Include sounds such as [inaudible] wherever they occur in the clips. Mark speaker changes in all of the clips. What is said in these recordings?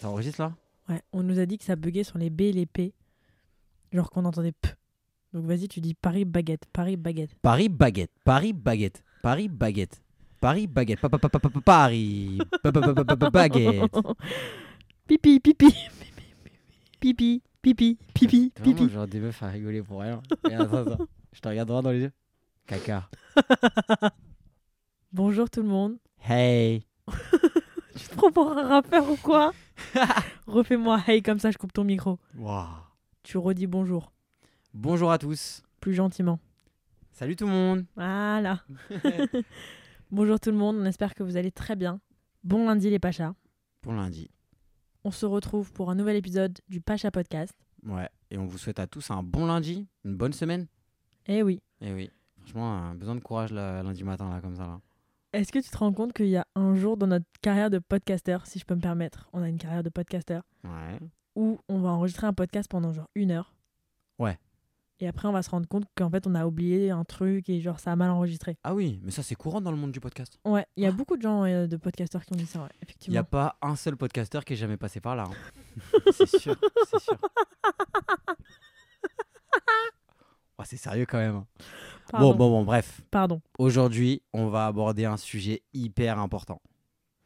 Speaker 1: Ça enregistre là
Speaker 2: Ouais, on nous a dit que ça buguait sur les B et les P. Genre qu'on entendait P. Donc vas-y, tu dis Paris baguette, Paris baguette.
Speaker 1: Paris baguette, Paris baguette, Paris baguette, Paris baguette, pa- pa- pa- pa- pa- pa- Paris pa- pa- pa- pa- pa- pa- baguette.
Speaker 2: [laughs] pipi, pipi, pipi, pipi, pipi,
Speaker 1: Vraiment,
Speaker 2: pipi.
Speaker 1: genre des meufs à rigoler pour rien. Regarde ça, ça. Je te regarde droit dans les yeux. Caca.
Speaker 2: Bonjour tout le monde.
Speaker 1: Hey.
Speaker 2: Tu te prends pour un rappeur ou
Speaker 1: [laughs]
Speaker 2: quoi Refais-moi hey comme ça, je coupe ton micro.
Speaker 1: Waouh.
Speaker 2: Tu redis bonjour,
Speaker 1: Bonjour à tous.
Speaker 2: plus gentiment.
Speaker 1: Salut tout le monde. [laughs]
Speaker 2: Voilà. bonjour tout le monde, on espère que vous allez très bien. Bon lundi les Pachas.
Speaker 1: Pour lundi.
Speaker 2: On se retrouve pour un nouvel épisode du Pacha Podcast.
Speaker 1: Ouais. Et on vous souhaite à tous un bon lundi, une bonne semaine.
Speaker 2: Eh oui.
Speaker 1: Et oui. Franchement, euh, besoin de courage là, lundi matin là comme ça là.
Speaker 2: Est-ce que tu te rends compte qu'il y a un jour dans notre carrière de podcasteur, si je peux me permettre, on a une carrière de podcasteur,
Speaker 1: Ouais.
Speaker 2: où on va enregistrer un podcast pendant genre une heure.
Speaker 1: Ouais.
Speaker 2: Et après, on va se rendre compte qu'en fait, on a oublié un truc et genre ça a mal enregistré.
Speaker 1: Ah oui, mais ça c'est courant dans le monde du podcast.
Speaker 2: Ouais, il y a beaucoup de gens euh, de podcasteurs qui ont dit ça, ouais,
Speaker 1: Il n'y
Speaker 2: effectivement.
Speaker 1: a pas un seul podcasteur qui est jamais passé par là. hein. [laughs] c'est sûr, c'est sûr. [laughs] Ouais, c'est sérieux quand même. hein.
Speaker 2: Pardon.
Speaker 1: Bon, bon, bon, bref.
Speaker 2: Pardon.
Speaker 1: Aujourd'hui, on va aborder un sujet hyper important.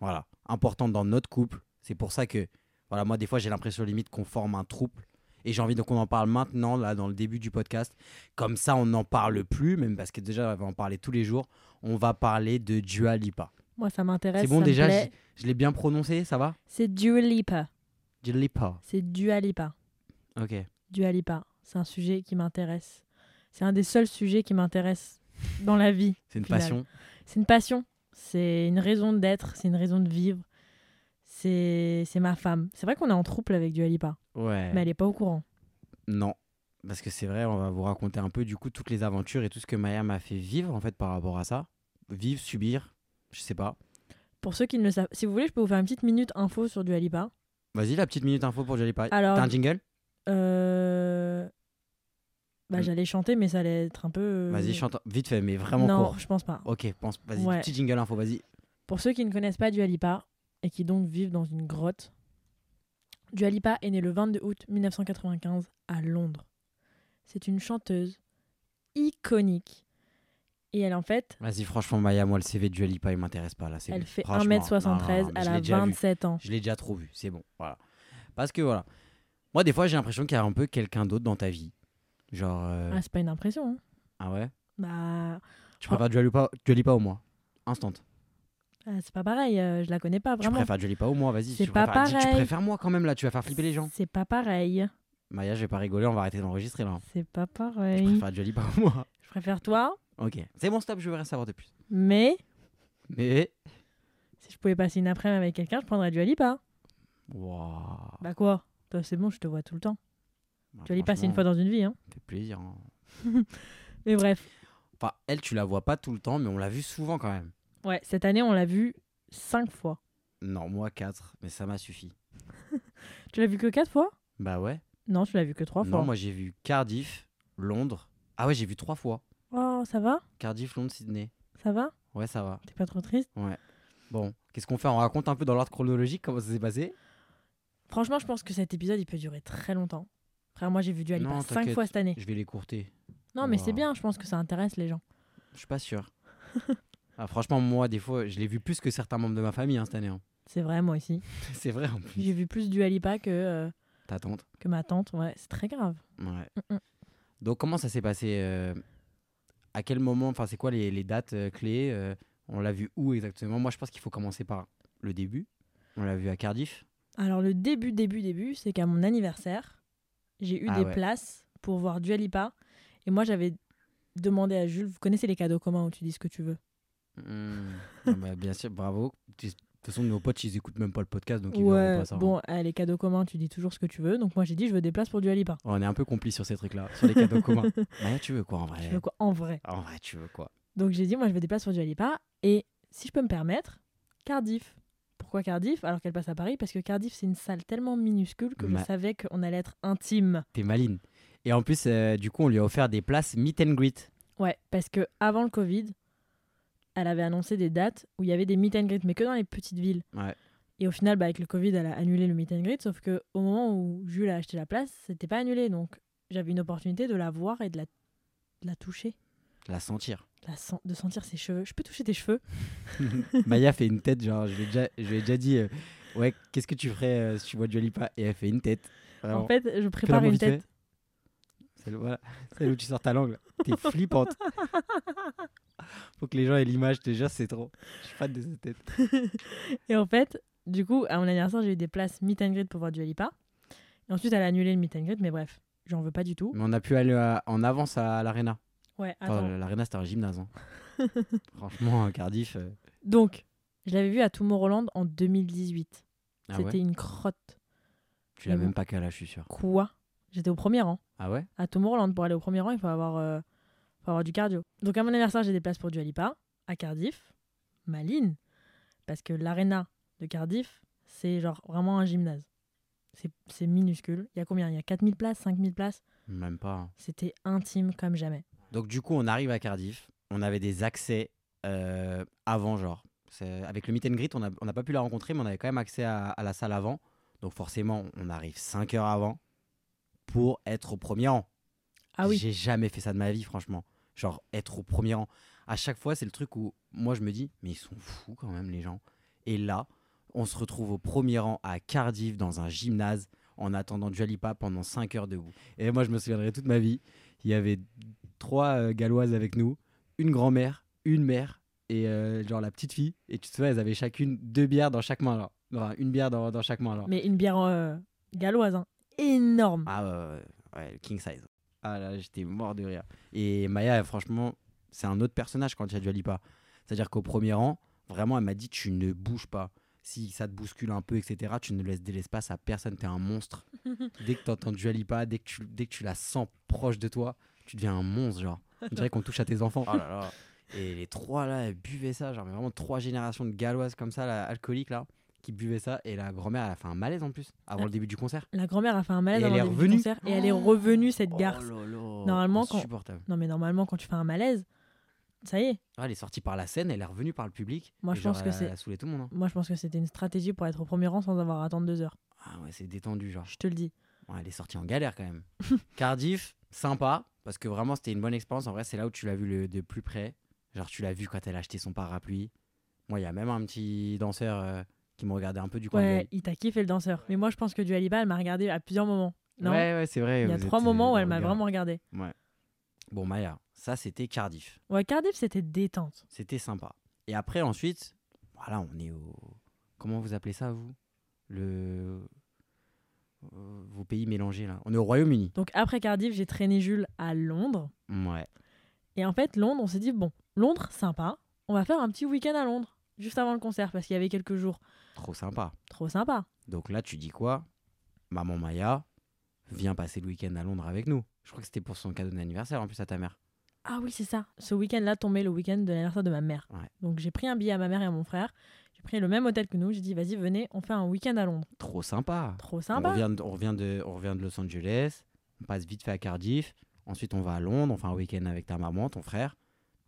Speaker 1: Voilà, important dans notre couple. C'est pour ça que, voilà, moi des fois j'ai l'impression limite qu'on forme un trouble. Et j'ai envie donc qu'on en parle maintenant, là, dans le début du podcast. Comme ça, on n'en parle plus, même parce que déjà, on va en parler tous les jours. On va parler de Dua Lipa.
Speaker 2: Moi, ça m'intéresse.
Speaker 1: C'est bon
Speaker 2: ça me
Speaker 1: déjà,
Speaker 2: plaît.
Speaker 1: je, je l'ai bien prononcé, ça va
Speaker 2: C'est Dua Lipa.
Speaker 1: Dua Lipa.
Speaker 2: C'est Dua Lipa.
Speaker 1: Ok.
Speaker 2: Dua Lipa. C'est un sujet qui m'intéresse. C'est un des seuls sujets qui m'intéresse dans la vie.
Speaker 1: C'est une
Speaker 2: Final.
Speaker 1: passion.
Speaker 2: C'est une passion, c'est une raison d'être, c'est une raison de vivre. C'est c'est ma femme. C'est vrai qu'on est en trouble avec Dualipa,
Speaker 1: Ouais.
Speaker 2: mais elle est pas au courant.
Speaker 1: Non. Parce que c'est vrai, on va vous raconter un peu du coup toutes les aventures et tout ce que Maya m'a fait vivre en fait par rapport à ça. Vivre, subir, je sais pas.
Speaker 2: Pour ceux qui ne le savent, si vous voulez, je peux vous faire une petite minute info sur Dualipa.
Speaker 1: Vas-y, la petite minute info pour Jolie Paris.
Speaker 2: Alors-
Speaker 1: T'as un jingle
Speaker 2: Euh... Bah,
Speaker 1: Mm.
Speaker 2: j'allais chanter, mais ça allait être un peu.
Speaker 1: Vas-y, chante vite fait, mais vraiment
Speaker 2: euh, Non,
Speaker 1: court. Oh.
Speaker 2: je pense pas.
Speaker 1: Ok, pense. Vas-y,
Speaker 2: Ouais.
Speaker 1: petit jingle info, vas-y.
Speaker 2: Pour ceux qui ne connaissent pas Dualipa et qui donc vivent dans une grotte, Dualipa est née le 22 août 1995 à Londres. C'est une chanteuse iconique. Et elle, en fait,
Speaker 1: Vas-y, franchement, Maya, moi, le CV de Jolie Paris, il m'intéresse pas là. c'est
Speaker 2: Elle
Speaker 1: bon.
Speaker 2: fait
Speaker 1: Franchement,
Speaker 2: 1m73,
Speaker 1: non, non, non, mais
Speaker 2: elle
Speaker 1: je
Speaker 2: a
Speaker 1: l'ai déjà vu.
Speaker 2: 27 ans.
Speaker 1: Je l'ai déjà trop vu, c'est bon. Voilà. Parce que voilà. Moi, des fois, j'ai l'impression qu'il y a un peu quelqu'un d'autre dans ta vie. Genre. euh,
Speaker 2: Ah, c'est pas une impression. hein.
Speaker 1: Ah ouais
Speaker 2: Bah,
Speaker 1: Tu préfères Jolie Paris au moins Instant.
Speaker 2: euh, c'est pas pareil, euh, je la connais pas
Speaker 1: Tu
Speaker 2: vraiment.
Speaker 1: préfères Jolie Paris au moins, vas-y.
Speaker 2: C'est
Speaker 1: tu
Speaker 2: pas
Speaker 1: préfères- dis- Tu
Speaker 2: pareil.
Speaker 1: préfères moi quand même là, tu vas faire flipper les gens.
Speaker 2: C'est pas pareil.
Speaker 1: Maya, je vais pas rigoler, on va arrêter d'enregistrer là.
Speaker 2: C'est pas
Speaker 1: Je
Speaker 2: pareil.
Speaker 1: préfère Jolie Paris au moins.
Speaker 2: Je préfère toi,
Speaker 1: Ok. C'est bon, stop, je veux rien savoir de plus.
Speaker 2: mais
Speaker 1: Mais.
Speaker 2: si je pouvais passer une après-midi avec quelqu'un, je prendrais du Alipa.
Speaker 1: Waouh.
Speaker 2: Bah quoi Toi, c'est bon, je te vois tout le temps.
Speaker 1: Bah,
Speaker 2: Tu Alipa, c'est une
Speaker 1: franchement,
Speaker 2: fois dans une vie. Hein.
Speaker 1: ça fait plaisir. hein.
Speaker 2: Mais bref,
Speaker 1: Enfin, elle, tu la vois pas tout le temps, mais on l'a vue souvent quand même.
Speaker 2: ouais, cette année, on l'a vu 5 fois.
Speaker 1: Non, moi, 4, mais ça m'a suffi.
Speaker 2: Tu l'as vu que 4 fois
Speaker 1: Bah ouais.
Speaker 2: Non, tu l'as vu que 3
Speaker 1: non,
Speaker 2: fois.
Speaker 1: moi, j'ai vu Cardiff, Londres. Ah ouais, j'ai vu 3 fois.
Speaker 2: Oh, ça va
Speaker 1: Cardiff, Londres, Sydney.
Speaker 2: Ça va
Speaker 1: Ouais, ça va.
Speaker 2: T'es pas trop triste
Speaker 1: Bon, qu'est-ce qu'on fait On raconte un peu dans l'ordre chronologique comment ça s'est passé
Speaker 2: Franchement, je pense que cet épisode, il peut durer très longtemps. Frère, moi, j'ai vu du Alipa
Speaker 1: Non,
Speaker 2: 5
Speaker 1: t'inquiète.
Speaker 2: fois cette année.
Speaker 1: Je vais l'écourter.
Speaker 2: Non, mais
Speaker 1: Wow.
Speaker 2: c'est bien, je pense que ça intéresse les gens.
Speaker 1: Je suis pas sûr. [laughs] Ah, franchement, moi, des fois, je l'ai vu plus que certains membres de ma famille hein, cette année. hein. [laughs]
Speaker 2: C'est vrai, moi aussi.
Speaker 1: c'est vrai en plus.
Speaker 2: J'ai vu plus du Alipa que, euh,
Speaker 1: Ta tante.
Speaker 2: que ma tante, ouais, c'est très grave.
Speaker 1: Ouais.
Speaker 2: Mm, mm.
Speaker 1: Donc comment ça s'est passé euh, À quel moment Enfin, c'est quoi les, les dates euh, clés euh, On l'a vu où exactement Moi, je pense qu'il faut commencer par le début. On l'a vu à Cardiff.
Speaker 2: Alors le début, début, début, c'est qu'à mon anniversaire, j'ai eu
Speaker 1: Ah
Speaker 2: des
Speaker 1: ouais.
Speaker 2: places pour voir Dualipa Et moi, j'avais demandé à Jules, vous connaissez les cadeaux communs où tu dis ce que tu veux Mm.
Speaker 1: Hmm. Ah bah, bien sûr, bravo. Tu- De toute façon, nos potes, ils écoutent même pas le podcast, donc ils verront pas ça. hein.
Speaker 2: bon, euh, les cadeaux communs, tu dis toujours ce que tu veux. Donc moi, j'ai dit, je veux des places pour du Alipa.
Speaker 1: On est un peu complices sur ces trucs-là, sur les cadeaux
Speaker 2: [laughs]
Speaker 1: communs. Maya, tu veux quoi en vrai
Speaker 2: Je veux quoi En vrai.
Speaker 1: En vrai, tu veux quoi
Speaker 2: Donc j'ai dit, moi, je veux des places pour du Alipa. Et si je peux me permettre, Cardiff. Pourquoi Cardiff alors qu'elle passe à Paris Parce que Cardiff, c'est une salle tellement minuscule que
Speaker 1: Ma-
Speaker 2: je savais qu'on allait être intime.
Speaker 1: T'es maline. Et en plus, euh, du coup, on lui a offert des places meet and greet.
Speaker 2: Ouais, parce que avant le Covid, elle avait annoncé des dates où il y avait des meet and greet, mais que dans les petites villes.
Speaker 1: Ouais.
Speaker 2: Et au final, bah, avec le Covid, elle a annulé le meet and greet, sauf que au moment où Jules a acheté la place, c'était pas annulé, donc j'avais une opportunité de la voir et de la, de la toucher,
Speaker 1: La sentir.
Speaker 2: de, la sen- de sentir ses cheveux. Je peux toucher tes cheveux
Speaker 1: [laughs] Maya fait une tête, genre, je lui ai déjà, je lui ai déjà dit, euh, ouais, qu'est-ce que tu ferais euh, si tu vois Jolipa Et elle fait une tête.
Speaker 2: En
Speaker 1: Vraiment.
Speaker 2: fait, je
Speaker 1: Fais-la
Speaker 2: prépare
Speaker 1: moi
Speaker 2: une
Speaker 1: vite
Speaker 2: tête.
Speaker 1: fait. Celle, voilà, celle où tu sors ta langue, là.
Speaker 2: [laughs]
Speaker 1: t'es flippante. Faut que les gens aient l'image, je te jure, c'est trop. Je suis fan de cette tête.
Speaker 2: Et en fait, du coup, à mon anniversaire, j'ai eu des places meet and greet pour voir Dualipa. Et ensuite, elle a annulé le meet and greet, mais bref, j'en veux pas du tout.
Speaker 1: Mais on a pu aller à- en avance à l'Arena.
Speaker 2: Ouais, attends.
Speaker 1: Enfin, L'Arena, c'était un gymnase.
Speaker 2: [laughs]
Speaker 1: hein. Franchement, à Cardiff. euh,
Speaker 2: Donc, je l'avais vue à Tomorrowland en 2018.
Speaker 1: Ah
Speaker 2: C'était
Speaker 1: ouais
Speaker 2: une crotte.
Speaker 1: Tu l'as même pas qu'à là, je suis sûr.
Speaker 2: Quoi J'étais au premier rang.
Speaker 1: Ah ouais
Speaker 2: À Tomorrowland, pour aller au premier rang, il faut avoir, euh, faut avoir du cardio. Donc à mon anniversaire, j'ai des places pour du Alipa, à Cardiff, Malines, parce que l'aréna de Cardiff, c'est genre vraiment un gymnase. C'est- C'est minuscule. Il y a combien Il y a 4000 places, 5000 places.
Speaker 1: Même pas. hein.
Speaker 2: C'était intime comme jamais.
Speaker 1: Donc du coup, on arrive à Cardiff. On avait des accès euh, avant, genre. C'est- Avec le meet and greet, on n'a on n'a pas pu la rencontrer, mais on avait quand même accès à, à la salle avant. Donc forcément, on arrive 5 heures avant pour être au premier rang.
Speaker 2: Ah oui,
Speaker 1: J'ai jamais fait ça de ma vie, franchement. Genre, être au premier rang. À chaque fois, c'est le truc où moi, je me dis, mais ils sont fous quand même, les gens. Et là, on se retrouve au premier rang à Cardiff, dans un gymnase, en attendant Dualipa pendant 5 heures debout. Et moi, je me souviendrai toute ma vie. Il y avait trois euh, galloises avec nous, une grand-mère, une mère et euh, genre la petite fille. Et tu te souviens, elles avaient chacune deux bières dans chaque main. Genre. Enfin, une bière dans, dans chaque main. Genre.
Speaker 2: mais une bière euh, galloise, hein. énorme.
Speaker 1: Ah ouais, ouais, ouais, le king size. Ah là, j'étais mort de rire. Et Maya, franchement, c'est un autre personnage quand il y a du Alipa. C'est-à-dire qu'au premier rang, vraiment, elle m'a dit tu ne bouges pas. Si ça te bouscule un peu, etc., tu ne laisses de l'espace à personne, t'es un monstre. dès que t'entends du Alipa, dès que, tu, dès que tu la sens proche de toi, tu deviens un monstre, genre. On dirait qu'on touche à tes enfants. Oh là là. Et les trois là, elles buvaient ça, genre mais vraiment trois générations de galloises comme ça, là, alcooliques là, qui buvaient ça. Et la grand-mère, elle a fait un malaise en plus, avant le début du concert.
Speaker 2: La grand-mère a fait un malaise
Speaker 1: Et elle
Speaker 2: avant
Speaker 1: est
Speaker 2: le début du
Speaker 1: revenue.
Speaker 2: concert et elle est revenue cette garce.
Speaker 1: Oh là là,
Speaker 2: Normalement, quand-
Speaker 1: insupportable.
Speaker 2: Non mais normalement quand tu fais un malaise, ça y est.
Speaker 1: Ouais, elle est sortie par la scène, elle est revenue par le public.
Speaker 2: Moi,
Speaker 1: et
Speaker 2: je
Speaker 1: genre,
Speaker 2: pense que
Speaker 1: elle a-
Speaker 2: c'est-
Speaker 1: Elle a saoulé tout le monde. hein.
Speaker 2: Moi je pense que c'était une stratégie pour être au premier rang sans avoir à attendre deux heures.
Speaker 1: Ah ouais, c'est détendu, genre.
Speaker 2: Je te le dis.
Speaker 1: Ouais, elle est sortie en galère quand
Speaker 2: [laughs]
Speaker 1: même. Cardiff, sympa, parce que vraiment, c'était une bonne expérience. En vrai, c'est là où tu l'as vu le- de plus près. Genre, tu l'as vu quand elle a acheté son parapluie. Moi, il y a même un petit danseur euh, qui me regardait un peu du coin de
Speaker 2: Ouais,
Speaker 1: l'œil.
Speaker 2: il t'a kiffé le danseur. Mais moi je pense que du Aliba elle m'a regardé à plusieurs moments. Non
Speaker 1: ouais, ouais, c'est vrai.
Speaker 2: Il y a
Speaker 1: vous
Speaker 2: trois
Speaker 1: êtes,
Speaker 2: moments où
Speaker 1: euh,
Speaker 2: elle m'a
Speaker 1: regard.
Speaker 2: vraiment regardé.
Speaker 1: Bon, Maya, ça, c'était Cardiff.
Speaker 2: Ouais, Cardiff c'était détente.
Speaker 1: C'était sympa. Et après, ensuite, voilà, on est au. Comment vous appelez ça, vous Le. euh, Vos pays mélangés, là. On est au Royaume-Uni.
Speaker 2: Donc après Cardiff, j'ai traîné Jules à Londres
Speaker 1: Ouais.
Speaker 2: et en fait Londres, on s'est dit bon, Londres sympa, on va faire un petit week-end à Londres juste avant le concert parce qu'il y avait quelques jours.
Speaker 1: Trop sympa.
Speaker 2: Trop sympa.
Speaker 1: Donc là, tu dis quoi Maman Maya, viens passer le week-end à Londres avec nous. Je crois que c'était pour son cadeau d'anniversaire, en plus, à ta mère.
Speaker 2: Ah oui, c'est ça. Ce week-end-là tombait le week-end de l'anniversaire de ma mère.
Speaker 1: Ouais.
Speaker 2: Donc j'ai pris un billet à ma mère et à mon frère. J'ai pris le même hôtel que nous. J'ai dit, vas-y, venez, on fait un week-end à Londres.
Speaker 1: Trop sympa.
Speaker 2: Trop
Speaker 1: On
Speaker 2: sympa.
Speaker 1: revient, de, on, revient de, on revient de Los Angeles, on passe vite fait à Cardiff, ensuite on va à Londres, on fait un week-end avec ta maman, ton frère.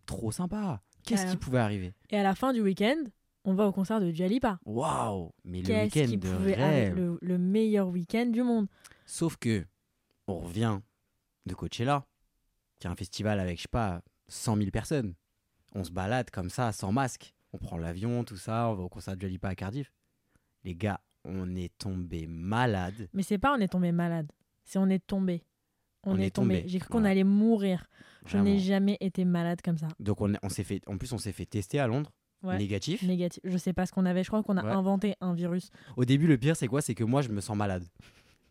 Speaker 1: Trop sympa. Qu'est-ce qui
Speaker 2: Carrément.
Speaker 1: pouvait arriver
Speaker 2: Et à la fin du week-end, on va au concert de Jalipa.
Speaker 1: Waouh Mais le
Speaker 2: Qu'est-ce
Speaker 1: week-end
Speaker 2: qui
Speaker 1: de
Speaker 2: pouvait
Speaker 1: rêve
Speaker 2: être le, le meilleur week-end du monde
Speaker 1: Sauf que on revient de Coachella, qui est un festival avec, je sais pas, 100 000 personnes. On se balade comme ça, sans masque. On prend l'avion, tout ça, on va au concert de Jalipa à Cardiff. Les gars, on est tombé malade.
Speaker 2: Mais c'est pas on est tombé malade, c'est on est tombé. On, est, tombé. J'ai cru qu'on
Speaker 1: voilà.
Speaker 2: allait mourir. Je n'ai
Speaker 1: vraiment.
Speaker 2: jamais été malade comme ça.
Speaker 1: Donc on, on s'est fait, en plus on s'est fait tester à Londres,
Speaker 2: Ouais.
Speaker 1: négatif.
Speaker 2: Négatif. Je sais pas ce qu'on avait. Je crois qu'on a
Speaker 1: Ouais.
Speaker 2: inventé un virus.
Speaker 1: Au début, le pire, c'est quoi C'est que moi, je me sens malade.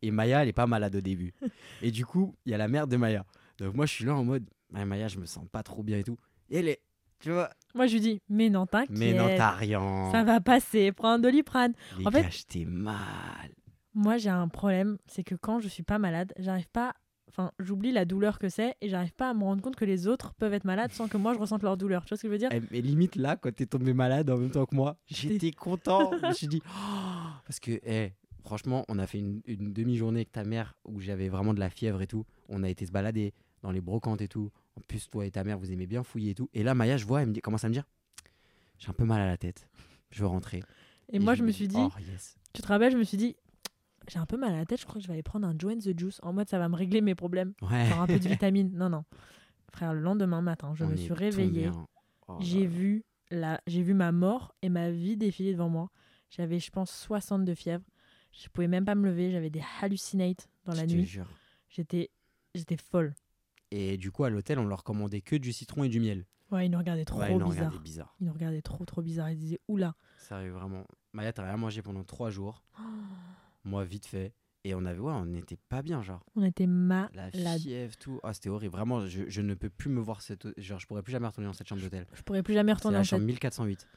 Speaker 1: Et Maya, elle est pas malade au début. Et du coup, il y a la mère de Maya. Donc moi, je suis là en mode, Ah, Maya, je me sens pas trop bien et tout. Et elle est, tu vois,
Speaker 2: Moi, je lui dis, mais non, t'inquiète.
Speaker 1: mais non, t'as rien.
Speaker 2: Ça va passer, prends un doliprane.
Speaker 1: Les
Speaker 2: En fait-
Speaker 1: gars, j'étais mal.
Speaker 2: Moi, j'ai un problème, c'est que quand je suis pas malade, j'arrive pas. Enfin, j'oublie la douleur que c'est et j'arrive pas à me rendre compte que les autres peuvent être malades sans que moi je ressente leur douleur. Tu vois ce que je veux dire
Speaker 1: Eh, Mais limite, là, quand t'es tombé malade en même temps que moi, [laughs] j'étais content. je me suis dit, Oh parce que, eh, franchement, on a fait une, une demi-journée avec ta mère où j'avais vraiment de la fièvre et tout. On a été se balader dans les brocantes et tout. En plus, toi et ta mère, vous aimez bien fouiller et tout. Et là, Maya, je vois, elle me dit, commence à me dire, j'ai un peu mal à la tête. Je veux rentrer.
Speaker 2: Et, moi, je me suis dit,
Speaker 1: oh, yes.
Speaker 2: tu te rappelles, je me suis dit, j'ai un peu mal à la tête, je crois que je vais aller prendre un Joe and the Juice en mode ça va me régler mes problèmes.
Speaker 1: Ouais.
Speaker 2: Genre
Speaker 1: [laughs]
Speaker 2: un peu de vitamine. Non, non. Frère, le lendemain matin, je
Speaker 1: On
Speaker 2: me
Speaker 1: est
Speaker 2: suis
Speaker 1: tombé
Speaker 2: réveillée.
Speaker 1: en- oh là
Speaker 2: J'ai
Speaker 1: là.
Speaker 2: vu la, j'ai vu ma mort et ma vie défiler devant moi. J'avais, je pense, 60 de fièvre. Je pouvais même pas me lever. J'avais des hallucinates dans la
Speaker 1: Je te
Speaker 2: nuit.
Speaker 1: jure.
Speaker 2: J'étais, j'étais folle.
Speaker 1: Et du coup, à l'hôtel, on leur commandait que du citron et du miel.
Speaker 2: Ouais, ils nous regardaient trop
Speaker 1: ouais, ils l'ont
Speaker 2: bizarre.
Speaker 1: regardé bizarre.
Speaker 2: Ils nous regardaient trop, trop bizarre. Ils disaient, oula. [gasps]
Speaker 1: Sérieux, vraiment. Maya, t'as rien mangé pendant trois jours. Moi, vite fait. Et on avait, ouais, on n'était pas bien, genre.
Speaker 2: On était
Speaker 1: La
Speaker 2: malades.
Speaker 1: fièvre, tout. Ah, c'était horrible. Vraiment, je, je ne peux plus me voir cette. Genre, je pourrais plus jamais retourner dans cette chambre d'hôtel.
Speaker 2: Je pourrais plus jamais
Speaker 1: C'est
Speaker 2: retourner
Speaker 1: la
Speaker 2: dans cette
Speaker 1: chambre 1408.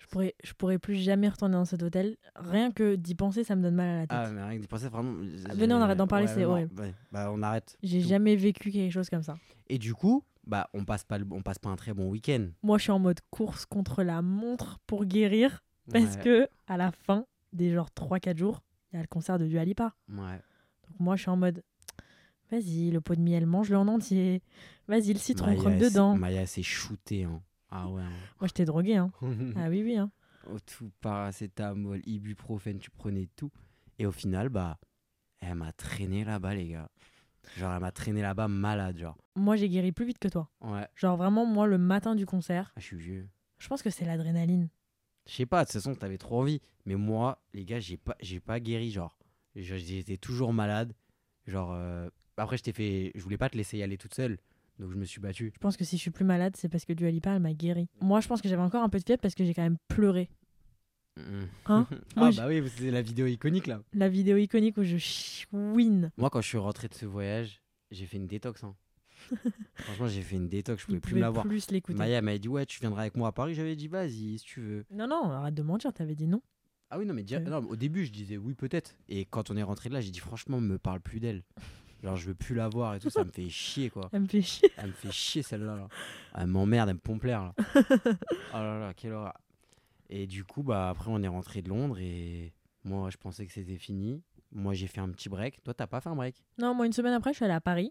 Speaker 2: Je pourrais, je pourrais plus jamais retourner dans cet hôtel. Rien que d'y penser, ça me donne mal à la tête.
Speaker 1: Ah, mais rien que d'y penser, vraiment.
Speaker 2: Ah, venez, on arrête d'en parler, c'est
Speaker 1: non,
Speaker 2: horrible.
Speaker 1: ouais. Bah, on arrête.
Speaker 2: J'ai
Speaker 1: tout.
Speaker 2: jamais vécu quelque chose comme ça.
Speaker 1: Et du coup, bah, on passe pas, le- on passe pas un très bon week-end.
Speaker 2: Moi, je suis en mode course contre la montre pour guérir parce
Speaker 1: Ouais,
Speaker 2: que à la fin des genre 3-4 jours, il y a le concert de Dua Lipa.
Speaker 1: Ouais.
Speaker 2: Donc moi, je suis en mode vas-y, le pot de miel, mange-le en entier. Vas-y, le citron,
Speaker 1: Maya,
Speaker 2: croque
Speaker 1: elle s'est-
Speaker 2: dedans.
Speaker 1: Maya s'est shootée. Hein. Ah ouais.
Speaker 2: [laughs]
Speaker 1: hein.
Speaker 2: Moi, j'étais droguée. Hein.
Speaker 1: Mm.
Speaker 2: Ah oui, oui. Hein.
Speaker 1: Oh, tout paracétamol, ibuprofène, tu prenais tout. Et au final, bah, elle m'a traîné là-bas, les gars. Genre, elle m'a traîné là-bas malade, genre.
Speaker 2: Moi, j'ai guéri plus vite que toi.
Speaker 1: Ouais,
Speaker 2: Genre vraiment, moi, le matin du concert,
Speaker 1: ah, je suis vieux.
Speaker 2: je pense que c'est l'adrénaline.
Speaker 1: Je sais pas, de toute façon, t'avais trop envie. Mais moi, les gars, j'ai pas, j'ai pas guéri, genre. Je- J'étais toujours malade. Genre, euh, après, je t'ai fait. Je voulais pas te laisser y aller toute seule. Donc, je me suis battu.
Speaker 2: Je pense que si je suis plus malade, c'est parce que Dua Lipa, elle m'a guéri. Moi, je pense que j'avais encore un peu de fièvre parce que j'ai quand même pleuré.
Speaker 1: [laughs] Mm.
Speaker 2: Hein
Speaker 1: Ah,
Speaker 2: Moi, je-
Speaker 1: bah oui, c'est la vidéo iconique, là.
Speaker 2: La vidéo iconique où je chouine.
Speaker 1: Moi, quand je suis rentré de ce voyage, j'ai fait une détox. hein. Franchement, j'ai fait une détox. Je
Speaker 2: Vous
Speaker 1: pouvais plus me la voir.
Speaker 2: plus l'écouter.
Speaker 1: Maya m'avait dit ouais tu viendras avec moi à Paris j'avais dit vas-y si tu veux
Speaker 2: Non, non, arrête de mentir, t'avais dit non. [laughs]
Speaker 1: ah oui non mais, dire-
Speaker 2: Ouais.
Speaker 1: non, mais au début je disais oui peut-être et quand on est rentré de là j'ai dit franchement me parle plus
Speaker 2: [laughs]
Speaker 1: d'elle genre je veux plus la voir et tout ça me fait chier quoi
Speaker 2: Elle me fait chier.
Speaker 1: elle me fait chier celle-là là. elle m'emmerde elle me pompe l'air
Speaker 2: [laughs]
Speaker 1: là oh là là quelle horreur et du coup bah après on est rentré de Londres et moi je pensais que c'était fini moi j'ai fait un petit break toi t'as pas fait un break
Speaker 2: Non, moi, une semaine après, je suis allée à Paris.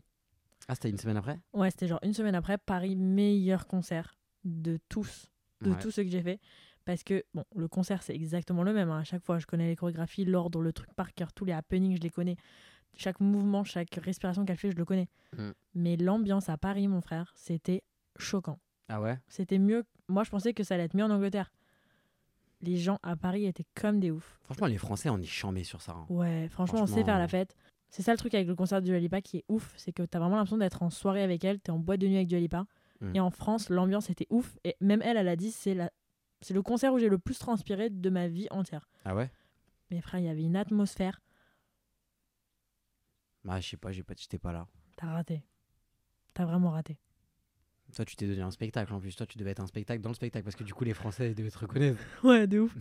Speaker 1: ah c'était une semaine après
Speaker 2: Ouais, c'était genre une semaine après, Paris, meilleur concert de tous, de
Speaker 1: Ouais.
Speaker 2: tous ceux que j'ai fait. Parce que, bon, le concert, c'est exactement le même. hein. À chaque fois, je connais les chorégraphies, l'ordre, le truc par cœur, tous les happenings, je les connais. Chaque mouvement, chaque respiration qu'elle fait, je le connais.
Speaker 1: Mm.
Speaker 2: Mais l'ambiance à Paris, mon frère, c'était choquant.
Speaker 1: ah ouais
Speaker 2: C'était mieux. Moi, je pensais que ça allait être mieux en Angleterre. Les gens à Paris étaient comme des oufs.
Speaker 1: franchement les français on est chambés sur ça hein.
Speaker 2: Ouais, franchement, on sait
Speaker 1: Franchement,
Speaker 2: faire la
Speaker 1: euh,
Speaker 2: fête. C'est ça le truc avec le concert de Dua Lipa qui est ouf, c'est que t'as vraiment l'impression d'être en soirée avec elle, t'es en boîte de nuit avec Dua Lipa.
Speaker 1: Mm.
Speaker 2: Et en France, l'ambiance était ouf. Et même elle, elle a dit, c'est la... c'est le concert où j'ai le plus transpiré de ma vie entière.
Speaker 1: ah ouais
Speaker 2: Mais frère, il y avait une atmosphère.
Speaker 1: bah je sais pas j'ai pas j'étais pas là
Speaker 2: T'as raté. T'as vraiment raté.
Speaker 1: Toi, tu t'es donné un spectacle en plus. Toi, tu devais être un spectacle dans le spectacle parce que du coup, les Français ils devaient te reconnaître.
Speaker 2: [laughs] Ouais, de ouf.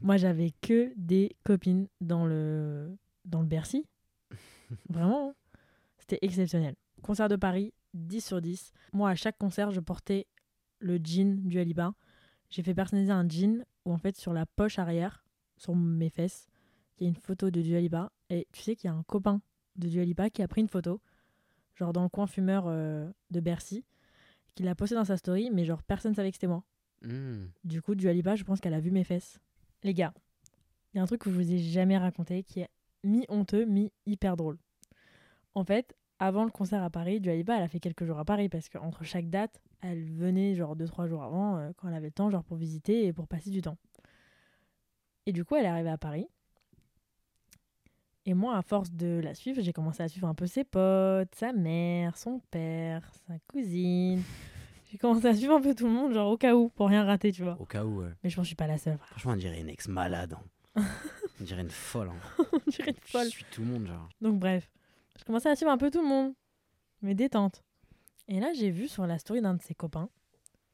Speaker 2: Moi, j'avais que des copines dans le, dans le Bercy. Vraiment. hein. C'était exceptionnel. Concert de Paris, 10 sur 10. Moi, à chaque concert, je portais le jean du Aliba. J'ai fait personnaliser un jean où, en fait, sur la poche arrière, sur mes fesses, il y a une photo de Dualipa. Et tu sais qu'il y a un copain de Dualipa qui a pris une photo, genre dans le coin fumeur euh, de Bercy, qu'il a posté dans sa story, mais genre personne savait que c'était moi.
Speaker 1: Hmm.
Speaker 2: Du coup, Dualipa, je pense qu'elle a vu mes fesses. Les gars, il y a un truc que je vous ai jamais raconté qui est mi-honteux, mi-hyper drôle. En fait, avant le concert à Paris, Dualipa, elle a fait quelques jours à Paris parce qu'entre chaque date, elle venait genre 2-3 jours avant, euh, quand elle avait le temps, genre pour visiter et pour passer du temps. Et du coup, elle est arrivée à Paris. Et moi, à force de la suivre, j'ai commencé à suivre un peu ses potes, sa mère, son père, sa cousine. J'ai commencé à suivre un peu tout le monde, genre au cas où, pour rien rater, tu vois.
Speaker 1: Au cas où. ouais.
Speaker 2: Mais je pense que je suis pas la seule. [laughs]
Speaker 1: Franchement, on dirait une ex malade. hein. on dirait une folle. hein.
Speaker 2: On dirait une
Speaker 1: Je
Speaker 2: folle.
Speaker 1: suis tout le monde, genre.
Speaker 2: Donc bref, je commençais à suivre un peu tout le monde. Mais détente. Et là, j'ai vu sur la story d'un de ses copains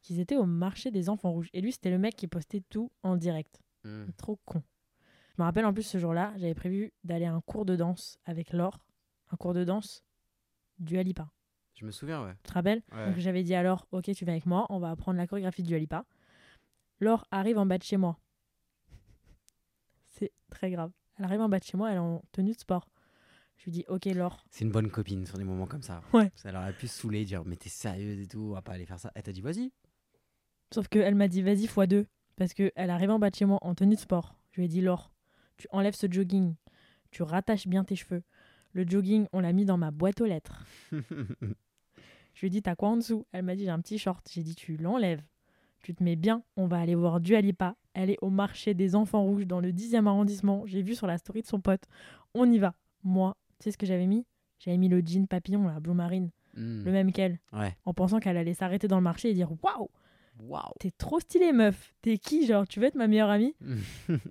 Speaker 2: qu'ils étaient au marché des enfants rouges. Et lui, c'était le mec qui postait tout en direct.
Speaker 1: Hmm.
Speaker 2: Trop con. Je me rappelle en plus ce jour-là, j'avais prévu d'aller à un cours de danse avec Laure, un cours de danse du Alipa.
Speaker 1: Je me souviens, ouais.
Speaker 2: Tu te rappelles
Speaker 1: Ouais.
Speaker 2: Donc j'avais dit à Laure, ok, tu viens avec moi, on va apprendre la chorégraphie du Alipa. Laure arrive en bas de chez moi. C'est très grave. Elle arrive en bas de chez moi, elle est en tenue de sport. Je lui dis, ok Laure,
Speaker 1: C'est une bonne copine sur des moments comme ça.
Speaker 2: Ouais.
Speaker 1: Ça leur aurait pu se saouler, dire mais t'es sérieuse et tout, on va pas aller faire ça. Elle t'a dit [laughs] vas-y.
Speaker 2: Sauf qu'elle m'a dit vas-y fois deux parce qu'elle arrive en bas de chez moi en tenue de sport. Je lui ai dit Laure, tu enlèves ce jogging, tu rattaches bien tes cheveux. Le jogging, on l'a mis dans ma boîte aux lettres.
Speaker 1: Hmm.
Speaker 2: Je lui ai dit t'as quoi en dessous Elle m'a dit j'ai un petit short. J'ai dit tu l'enlèves, tu te mets bien, on va aller voir Dualipa. Elle est au marché des enfants rouges dans le 10e arrondissement. J'ai vu sur la story de son pote. On y va. Moi, tu sais ce que j'avais mis J'avais mis le jean papillon, la blue marine,
Speaker 1: Mm.
Speaker 2: le même qu'elle,
Speaker 1: Ouais.
Speaker 2: en pensant qu'elle allait s'arrêter dans le marché et dire waouh
Speaker 1: Waouh.
Speaker 2: T'es trop stylée, meuf. T'es qui, genre Tu veux être ma
Speaker 1: [laughs]
Speaker 2: meilleure amie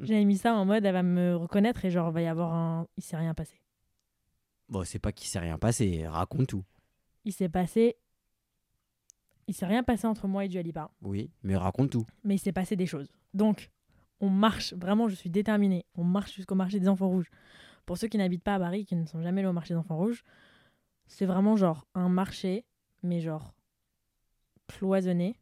Speaker 2: J'avais mis ça en mode, elle va me reconnaître et genre, va y avoir un. Il s'est rien passé.
Speaker 1: Bon, c'est pas qu'il s'est rien passé, raconte tout.
Speaker 2: Il s'est passé. Il s'est rien passé entre moi et Dualipa,
Speaker 1: Oui, mais raconte tout.
Speaker 2: mais il s'est passé des choses. Donc, on marche, vraiment, je suis déterminée. On marche jusqu'au marché des enfants rouges. Pour ceux qui n'habitent pas à Paris, qui ne sont jamais allés au marché des enfants rouges, c'est vraiment genre un marché, mais genre cloisonné,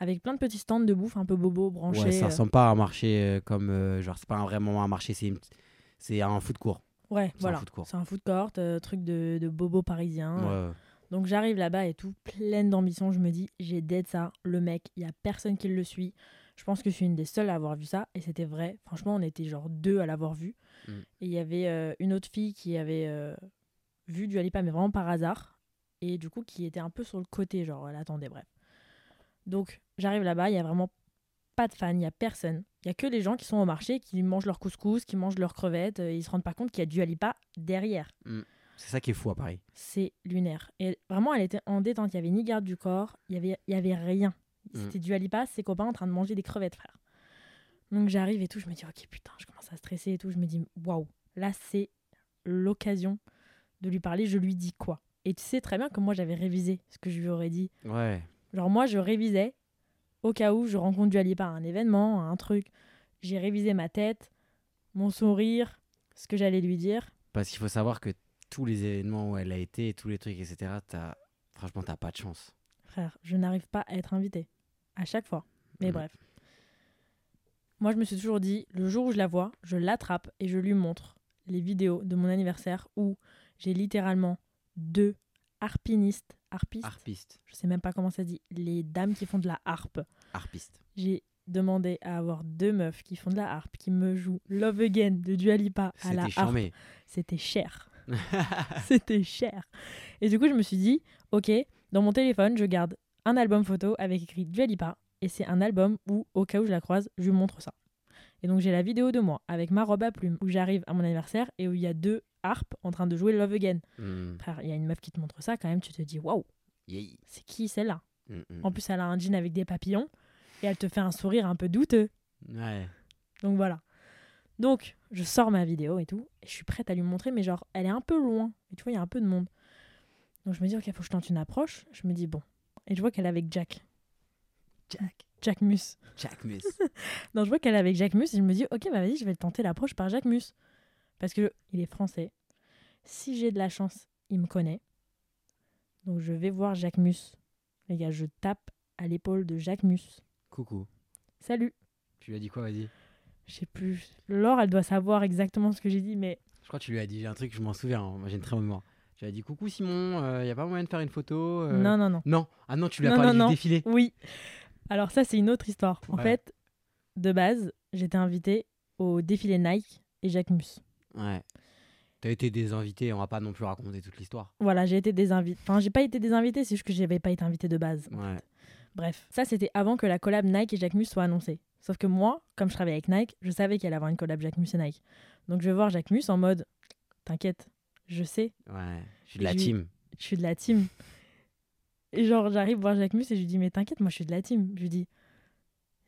Speaker 2: avec plein de petits stands de bouffe un peu bobo, branchés.
Speaker 1: Ouais, ça
Speaker 2: euh,
Speaker 1: ressemble pas à un marché euh, comme. euh, genre, c'est pas un- vraiment un marché, c'est une petite- c'est un foot court.
Speaker 2: Ouais,
Speaker 1: C'est un
Speaker 2: voilà.
Speaker 1: food court.
Speaker 2: C'est un food court, euh, truc de, de bobo parisien.
Speaker 1: Ouais.
Speaker 2: Donc j'arrive là-bas et tout, pleine d'ambition. Je me dis, j'ai dead ça, le mec, il y a personne qui le suit. Je pense que je suis une des seules à avoir vu ça. Et c'était vrai. Franchement, on était genre deux à l'avoir vu.
Speaker 1: Mm.
Speaker 2: Et il y avait euh, une autre fille qui avait euh, vu du Alipa, mais vraiment par hasard. Et du coup, qui était un peu sur le côté, genre elle attendait, bref. Donc j'arrive là-bas, il y a vraiment pas de fans, il y a personne. Il y a que les gens qui sont au marché, qui mangent leur couscous, qui mangent leurs crevettes. euh, Ils se rendent pas compte qu'il y a du Alipa derrière
Speaker 1: C'est ça qui est fou à Paris.
Speaker 2: c'est lunaire. Et vraiment, elle était en détente. Il y avait ni garde du corps, il y avait, il y avait rien.
Speaker 1: Mm.
Speaker 2: C'était du alipas, ses copains en train de manger des crevettes, frère. Donc j'arrive et tout, je me dis, ok, putain, je commence à stresser et tout. Je me dis, waouh, là, c'est l'occasion de lui parler. Je lui dis quoi Et tu sais très bien que moi, j'avais révisé ce que je lui aurais dit.
Speaker 1: Ouais.
Speaker 2: Genre, moi, je révisais au cas où je rencontre du alipas à un événement, à un truc. J'ai révisé ma tête, mon sourire, ce que j'allais lui dire.
Speaker 1: Parce qu'il faut savoir que tous les événements où elle a été, tous les trucs, etc., t'as- franchement, t'as pas de chance.
Speaker 2: Frère, je n'arrive pas à être invitée. À chaque fois. Mais
Speaker 1: Mm.
Speaker 2: bref. Moi, je me suis toujours dit, le jour où je la vois, je l'attrape et je lui montre les vidéos de mon anniversaire où j'ai littéralement deux harpinistes, harpistes,
Speaker 1: Harpiste.
Speaker 2: je sais même pas comment ça se dit, les dames qui font de la harpe.
Speaker 1: Harpiste.
Speaker 2: J'ai demandé à avoir deux meufs qui font de la harpe, qui me jouent Love Again de Dualipa à
Speaker 1: C'était
Speaker 2: la harpe [laughs]
Speaker 1: charmé.
Speaker 2: c'était cher. [laughs] c'était cher. Et du coup, je me suis dit, ok, dans mon téléphone, je garde un album photo avec écrit Dualipa. Et c'est un album où, au cas où je la croise, je lui montre ça. Et donc, j'ai la vidéo de moi avec ma robe à plumes où j'arrive à mon anniversaire et où il y a deux harpes en train de jouer Love Again.
Speaker 1: Mm.
Speaker 2: Frère, il y a une meuf qui te montre ça, quand même, tu te dis, waouh,
Speaker 1: Yeah.
Speaker 2: c'est qui celle-là
Speaker 1: Mm, mm.
Speaker 2: En plus, elle a un jean avec des papillons et elle te fait un sourire un peu douteux.
Speaker 1: Ouais.
Speaker 2: Donc voilà. Donc, je sors ma vidéo et tout, et je suis prête à lui montrer, mais genre, elle est un peu loin. Et tu vois, il y a un peu de monde. Donc je me dis, ok, faut que je tente une approche. Je me dis, bon. Et je vois qu'elle est avec Jack. Jack. Jack Mus.
Speaker 1: Jack
Speaker 2: [laughs]
Speaker 1: Miss.
Speaker 2: Non, je vois qu'elle est avec Jack Mus, et je me dis, ok, bah vas-y, je vais tenter l'approche par Jack Mus. Parce que il est français. Si j'ai de la chance, il me connaît. Donc je vais voir Jack Mus. Les gars, je tape à l'épaule de Jack Mus.
Speaker 1: Coucou.
Speaker 2: Salut.
Speaker 1: Tu lui as dit quoi, vas-y
Speaker 2: Je sais plus. Laure, elle doit savoir exactement ce que j'ai dit, mais
Speaker 1: Je crois que tu lui as dit un truc, je m'en souviens, hein. moi j'ai une très bonne mémoire. Tu lui as dit coucou Simon, il n'y a pas moyen de faire une photo euh,
Speaker 2: Non, non, non.
Speaker 1: Non, ah non, tu lui as
Speaker 2: Non,
Speaker 1: parlé
Speaker 2: non,
Speaker 1: du
Speaker 2: non.
Speaker 1: défilé.
Speaker 2: Oui. Alors ça, c'est une autre histoire. En
Speaker 1: Ouais.
Speaker 2: fait, de base, j'étais invitée au défilé Nike et Jacques Mus.
Speaker 1: Ouais. T'as été désinvité, on va pas non plus raconter toute l'histoire.
Speaker 2: Voilà, j'ai été désinvitée. Enfin, j'ai pas été désinvitée, c'est juste que j'avais pas été invitée de base.
Speaker 1: Ouais.
Speaker 2: Bref, ça, c'était avant que la collab Nike et Jacques Mus soit annoncée. Sauf que moi, comme je travaillais avec Nike, je savais qu'il allait avoir une collab Jacques Mus et Nike. Donc je vais voir Jacques Mus en mode, t'inquiète, je sais,
Speaker 1: Ouais. Je suis de la
Speaker 2: Je lui-
Speaker 1: team.
Speaker 2: je suis de la team. Et genre, j'arrive voir Jacques Mus et je lui dis, mais t'inquiète, moi je suis de la team. Je lui dis,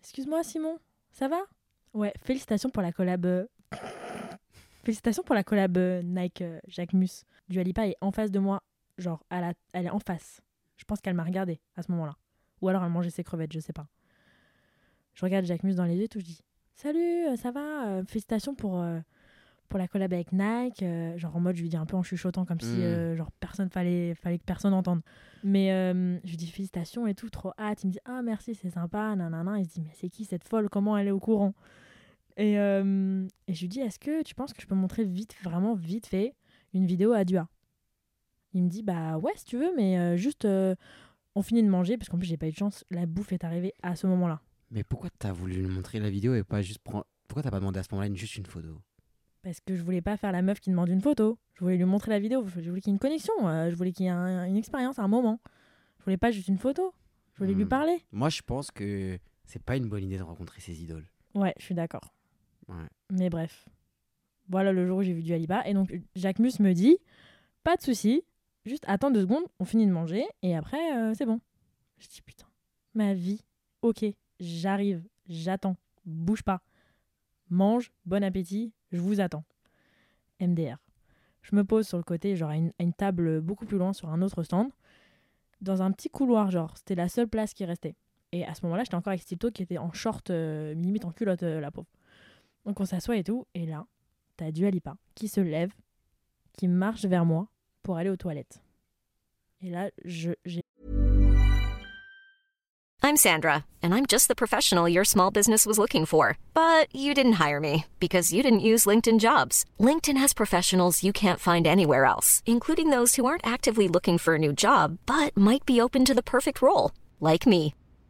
Speaker 2: excuse-moi Simon, ça va Ouais, félicitations pour la collab. euh, Félicitations pour la collab euh, Nike euh, Jacques Mus. Dualipa est en face de moi, genre, à la... elle est en face. Je pense qu'elle m'a regardée à ce moment-là. Ou alors elle mangeait ses crevettes, je sais pas. Je regarde Jacquemus dans les yeux, tout je dis Salut, euh, ça va Euh, Félicitations pour, euh, pour la collab avec Nike. Euh, genre en mode, je lui dis un peu en chuchotant, comme si
Speaker 1: Mm.
Speaker 2: euh, genre personne fallait, fallait que personne entende. Mais euh, je lui dis Félicitations et tout, trop hâte. Il me dit Ah, merci, c'est sympa, nanana. Il se dit Mais c'est qui cette folle Comment elle est au courant et, euh, et je lui dis Est-ce que tu penses que je peux montrer vite, vraiment vite fait, une vidéo à Dua Il me dit Bah ouais, si tu veux, mais euh, juste. euh, on finit de manger, parce qu'en plus j'ai pas eu de chance, la bouffe est arrivée à ce moment-là.
Speaker 1: Mais pourquoi t'as voulu lui montrer la vidéo et pas juste prendre. Pourquoi t'as pas demandé à ce moment-là une- juste une photo
Speaker 2: Parce que je voulais pas faire la meuf qui demande une photo. Je voulais lui montrer la vidéo. Je voulais qu'il y ait une connexion. euh, je voulais qu'il y ait un- une expérience, un moment. Je voulais pas juste une photo. Je voulais lui
Speaker 1: Hmm.
Speaker 2: parler.
Speaker 1: Moi, je pense que c'est pas une bonne idée de rencontrer ses idoles.
Speaker 2: Ouais, je suis d'accord.
Speaker 1: Ouais.
Speaker 2: Mais bref. Voilà le jour où j'ai vu du Aliba. Et donc, Jacquemus me dit Pas de souci, juste attends deux secondes, on finit de manger et après, euh, c'est bon. Je dis Putain, ma vie. Ok, j'arrive, j'attends, bouge pas. Mange, bon appétit, je vous attends. MDR. Je me pose sur le côté, genre à une, à une table beaucoup plus loin, sur un autre stand, dans un petit couloir, genre, c'était la seule place qui restait. Et à ce moment-là, j'étais encore avec Stipto qui était en short, euh, limite en culotte, euh, la pauvre. Donc on s'assoit et tout, et là, t'as Dua Lipa qui se lève, qui marche vers moi pour aller aux toilettes. Et là, je, j'ai
Speaker 3: I'm Sandra, and I'm just the professional your small business was looking for. But you didn't hire me because you didn't use LinkedIn jobs. LinkedIn has professionals you can't find anywhere else, including those who aren't actively looking for a new job but might be open to the perfect role, like me.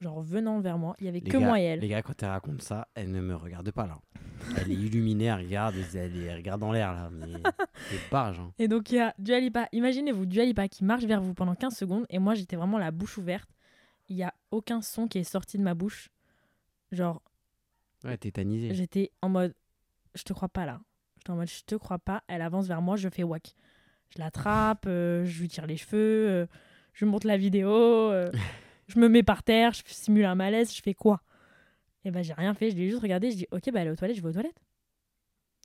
Speaker 2: genre venant vers moi. Il y avait
Speaker 1: Les
Speaker 2: que
Speaker 1: gars-
Speaker 2: moi et elle.
Speaker 1: Les gars, quand elle raconte ça, elle ne me regarde pas là. Elle est illuminée, elle regarde, elle, est- elle regarde dans l'air là.
Speaker 2: [laughs]
Speaker 1: Mais des barges. hein.
Speaker 2: Et donc il y a Dualipa, imaginez-vous Dualipa qui marche vers vous pendant 15 secondes et moi j'étais vraiment la bouche ouverte. Il y a aucun son qui est sorti de ma bouche. Genre
Speaker 1: Ouais, tétanisée. [laughs]
Speaker 2: j'étais en mode je te crois pas là. J'étais en mode je te crois pas, elle avance vers moi, je fais wack. Je l'attrape, euh, je lui tire les cheveux, euh, je lui montre la vidéo, euh, je me mets par terre, je simule un malaise, je fais quoi Et ben j'ai rien fait, je l'ai juste regardé, je dis OK, bah elle est aux toilettes, je vais aux toilettes.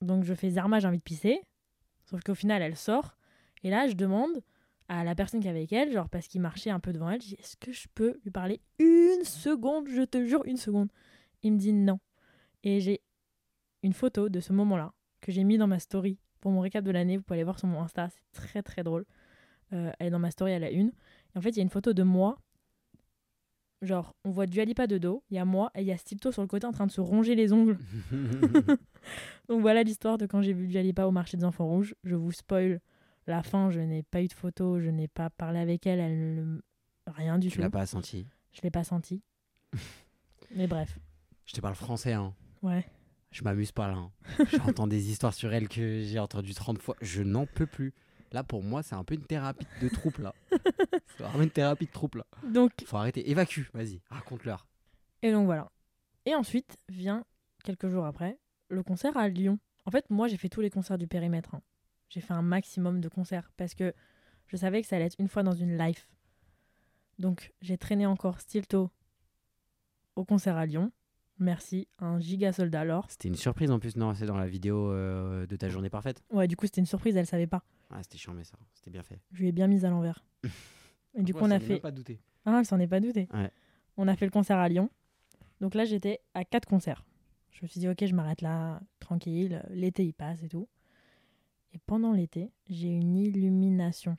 Speaker 2: Donc je fais Zarma, j'ai envie de pisser. Sauf qu'au final elle sort et là je demande à la personne qui est avec elle, genre parce qu'il marchait un peu devant elle, je dis est-ce que je peux lui parler une seconde, je te jure une seconde. Il me dit non. Et j'ai une photo de ce moment-là que j'ai mis dans ma story pour mon récap de l'année. Vous pouvez aller voir sur mon Insta, c'est très très drôle. Euh, elle est dans ma story à la une. Et en fait, il y a une photo de moi. Genre, on voit Dualipa de dos, il y a moi et il y a Stilto sur le côté en train de se ronger les ongles. [laughs] Donc voilà l'histoire de quand j'ai vu Dualipa au marché des enfants rouges. Je vous spoil la fin, je n'ai pas eu de photo, je n'ai pas parlé avec elle, elle ne- rien du
Speaker 1: tu
Speaker 2: tout.
Speaker 1: l'as pas senti.
Speaker 2: Je l'ai
Speaker 1: [laughs]
Speaker 2: pas senti. Mais bref,
Speaker 1: Je te parle français, hein.
Speaker 2: ouais.
Speaker 1: Je m'amuse pas là.
Speaker 2: [laughs]
Speaker 1: hein. J'entends des histoires sur elle que j'ai entendues 30 fois. Je n'en peux plus. Là, pour moi, c'est un peu une thérapie de troupe
Speaker 2: [laughs]
Speaker 1: là. C'est vraiment une thérapie de troupe là.
Speaker 2: Donc
Speaker 1: Faut arrêter. Évacue, vas-y, raconte-leur.
Speaker 2: Et donc voilà. Et ensuite vient, quelques jours après, le concert à Lyon. En fait, moi, j'ai fait tous les concerts du périmètre. hein. J'ai fait un maximum de concerts parce que je savais que ça allait être une fois dans une life. Donc, j'ai traîné encore Stilto au concert à Lyon. Merci, un giga soldat alors.
Speaker 1: C'était une surprise en plus. Non, c'est dans la vidéo euh, de ta journée parfaite.
Speaker 2: Ouais, du coup, c'était une surprise, elle savait pas.
Speaker 1: Ah, c'était chiant, mais ça. C'était bien fait.
Speaker 2: Je lui ai bien mise à l'envers. Et du coup, on a fait.
Speaker 1: pas douté.
Speaker 2: Ah, elle s'en est pas doutée.
Speaker 1: Ouais.
Speaker 2: On a fait le concert à Lyon. Donc là, j'étais à quatre concerts. Je me suis dit, ok, je m'arrête là, tranquille. L'été, il passe et tout. Et pendant l'été, j'ai une illumination.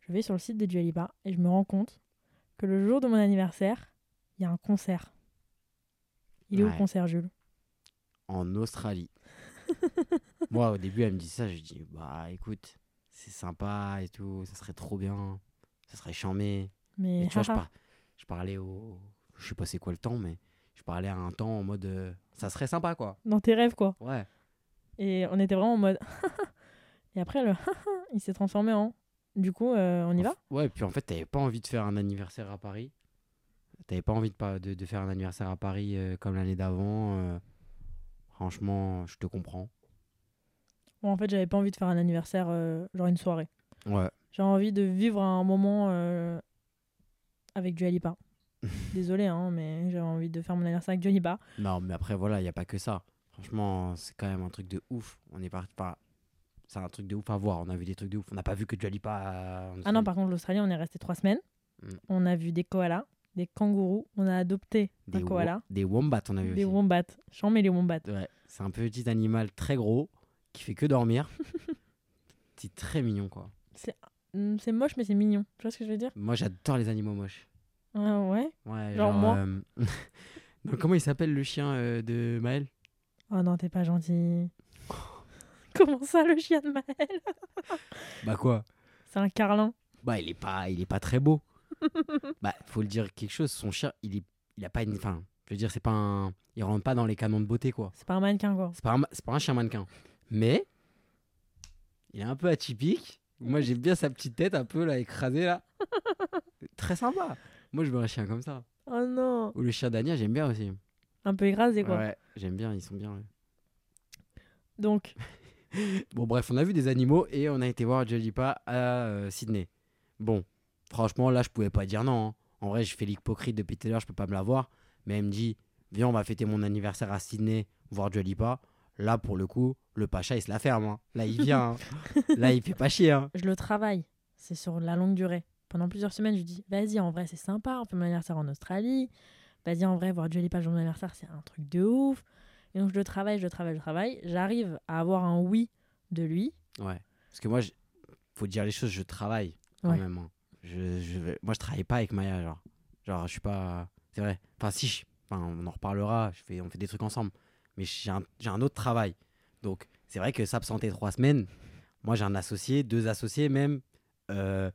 Speaker 2: Je vais sur le site de Dualipa et je me rends compte que le jour de mon anniversaire, il y a un concert. Il est où
Speaker 1: Ouais.
Speaker 2: le concert, Jules
Speaker 1: en
Speaker 2: [laughs]
Speaker 1: Australie. Moi, au début, elle me dit ça, je dis bah écoute, c'est sympa et tout, ça serait trop bien, ça serait charmé.
Speaker 2: Mais
Speaker 1: Mais tu vois, je,
Speaker 2: haha.
Speaker 1: par- je parlais au, je sais pas c'est quoi le temps, mais je parlais à un temps en mode, euh, ça serait sympa quoi.
Speaker 2: dans tes rêves, quoi.
Speaker 1: Ouais.
Speaker 2: Et on était vraiment en mode. [laughs] et après, le [laughs] il s'est transformé en. Du coup, euh, on y va
Speaker 1: Ouais. Puis en fait, t'avais pas envie de faire un anniversaire à Paris. T'avais pas envie de, pas- de, de faire un anniversaire à Paris euh, comme l'année d'avant. euh, franchement, je te comprends.
Speaker 2: où en fait j'avais pas envie de faire un anniversaire, euh, genre une soirée.
Speaker 1: Ouais.
Speaker 2: J'avais envie de vivre un moment euh, avec Dua Lipa.
Speaker 1: [laughs]
Speaker 2: Désolée, hein, mais j'avais envie de faire mon anniversaire avec Dua Lipa. Ah
Speaker 1: Non, mais après, voilà, il n'y a pas que ça. Franchement, c'est quand même un truc de ouf. On est parti par. C'est un truc de ouf à voir. On a vu des trucs de ouf. On n'a pas vu que euh, Dualipa.
Speaker 2: Ah non, par contre, l'Australie, on est resté trois semaines.
Speaker 1: Mm.
Speaker 2: On a vu des koalas, des kangourous. On a adopté
Speaker 1: des
Speaker 2: un
Speaker 1: wo-
Speaker 2: koala,
Speaker 1: Des wombats, on a vu
Speaker 2: des
Speaker 1: aussi.
Speaker 2: wombats. J'en mets les wombats.
Speaker 1: Ouais, c'est un petit animal très gros qui fait que
Speaker 2: [laughs]
Speaker 1: dormir. c'est très mignon, quoi.
Speaker 2: Hmm, C'est moche, mais c'est mignon. Tu vois ce que je veux dire
Speaker 1: Moi, j'adore les animaux moches.
Speaker 2: Ah ouais
Speaker 1: Ouais, genre.
Speaker 2: Genre moi.
Speaker 1: euh, [laughs] Donc, comment il s'appelle le chien euh, de Maël
Speaker 2: Oh non, t'es
Speaker 1: [laughs]
Speaker 2: pas gentil. Comment ça, le chien de Maël
Speaker 1: Bah, quoi
Speaker 2: C'est un carlin.
Speaker 1: Bah, il est pas, il est pas très
Speaker 2: [laughs]
Speaker 1: beau. bah, faut le dire quelque chose. Son chien, il est, il a pas une. Enfin, je veux dire, c'est pas un. Il rentre pas dans les canons de beauté, quoi.
Speaker 2: C'est pas un mannequin, quoi.
Speaker 1: C'est pas, un, c'est pas un chien mannequin. Mais il est un peu atypique. Moi, j'ai bien sa petite tête un peu là écrasée
Speaker 2: [laughs]
Speaker 1: là. Très sympa. Moi, je veux un chien comme ça.
Speaker 2: Oh non
Speaker 1: Ou le chien d'Ania, j'aime bien aussi.
Speaker 2: Un peu écrasé, quoi.
Speaker 1: Ouais, j'aime bien, ils sont bien. ouais.
Speaker 2: Donc,
Speaker 1: Bon, bref, on a vu des animaux et on a été voir Jalipa à euh, Sydney. Bon, franchement, là, je pouvais pas dire non. hein. En vrai, je fais l'hypocrite depuis tout à l'heure, je peux pas me la voir. Mais elle me dit, viens, on va fêter mon anniversaire à Sydney, voir Jalipa. Là, pour le coup, le Pacha, il se la ferme. hein. Là, il vient. hein. Là, il fait pas chier. hein.
Speaker 2: je le travaille. C'est sur la longue durée. Pendant plusieurs semaines, je dis vas-y, en vrai, c'est sympa, on fait mon anniversaire en Australie. Vas-y, en vrai, voir Dua Lipa le jour de mon anniversaire, c'est un truc de ouf. Et donc, je le travaille, je le travaille, je le travaille. J'arrive à avoir un oui de lui.
Speaker 1: Ouais. Parce que moi, je- faut dire les choses, je travaille quand
Speaker 2: Ouais.
Speaker 1: même. hein. Je, je vais- Moi, je travaille pas avec Maya, genre. Genre, je suis pas. C'est vrai. Enfin, si, je- enfin, on en reparlera, je fais... on fait des trucs ensemble. Mais j'ai un... j'ai un autre travail. Donc, c'est vrai que s'absenter trois semaines, moi, j'ai un associé, deux associés même. euh,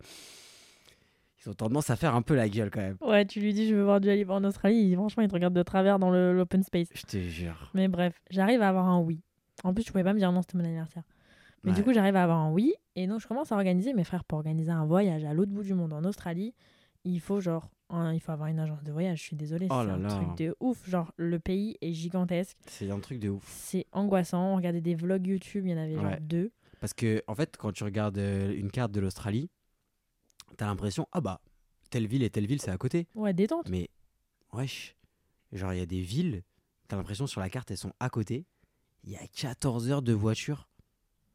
Speaker 1: Ils ont tendance à faire un peu la gueule quand même.
Speaker 2: Ouais, tu lui dis je veux voir Dua Lipa en Australie. il- franchement, il te regarde de travers dans le- l'open space.
Speaker 1: Je te jure.
Speaker 2: Mais bref, j'arrive à avoir un oui. En plus, je pouvais pas me dire non, c'était mon anniversaire. Mais
Speaker 1: Ouais.
Speaker 2: du coup, j'arrive à avoir un oui. Et donc, je commence à organiser. Mes frères, pour organiser un voyage à l'autre bout du monde, en Australie, il faut genre. un- il faut avoir une agence de voyage. Je suis désolée,
Speaker 1: Oh
Speaker 2: c'est
Speaker 1: là
Speaker 2: un
Speaker 1: là.
Speaker 2: truc de ouf. Genre, le pays est gigantesque.
Speaker 1: C'est un truc de ouf.
Speaker 2: C'est angoissant. Regardez des vlogs YouTube, il y en avait genre
Speaker 1: Ouais.
Speaker 2: deux.
Speaker 1: Parce que, en fait, quand tu regardes euh, une carte de l'Australie, t'as l'impression, ah bah, telle ville et telle ville, c'est à côté.
Speaker 2: Ouais, détente.
Speaker 1: Mais, wesh, genre, il y a des villes, t'as l'impression sur la carte, elles sont à côté. Il y a 14 heures de voiture.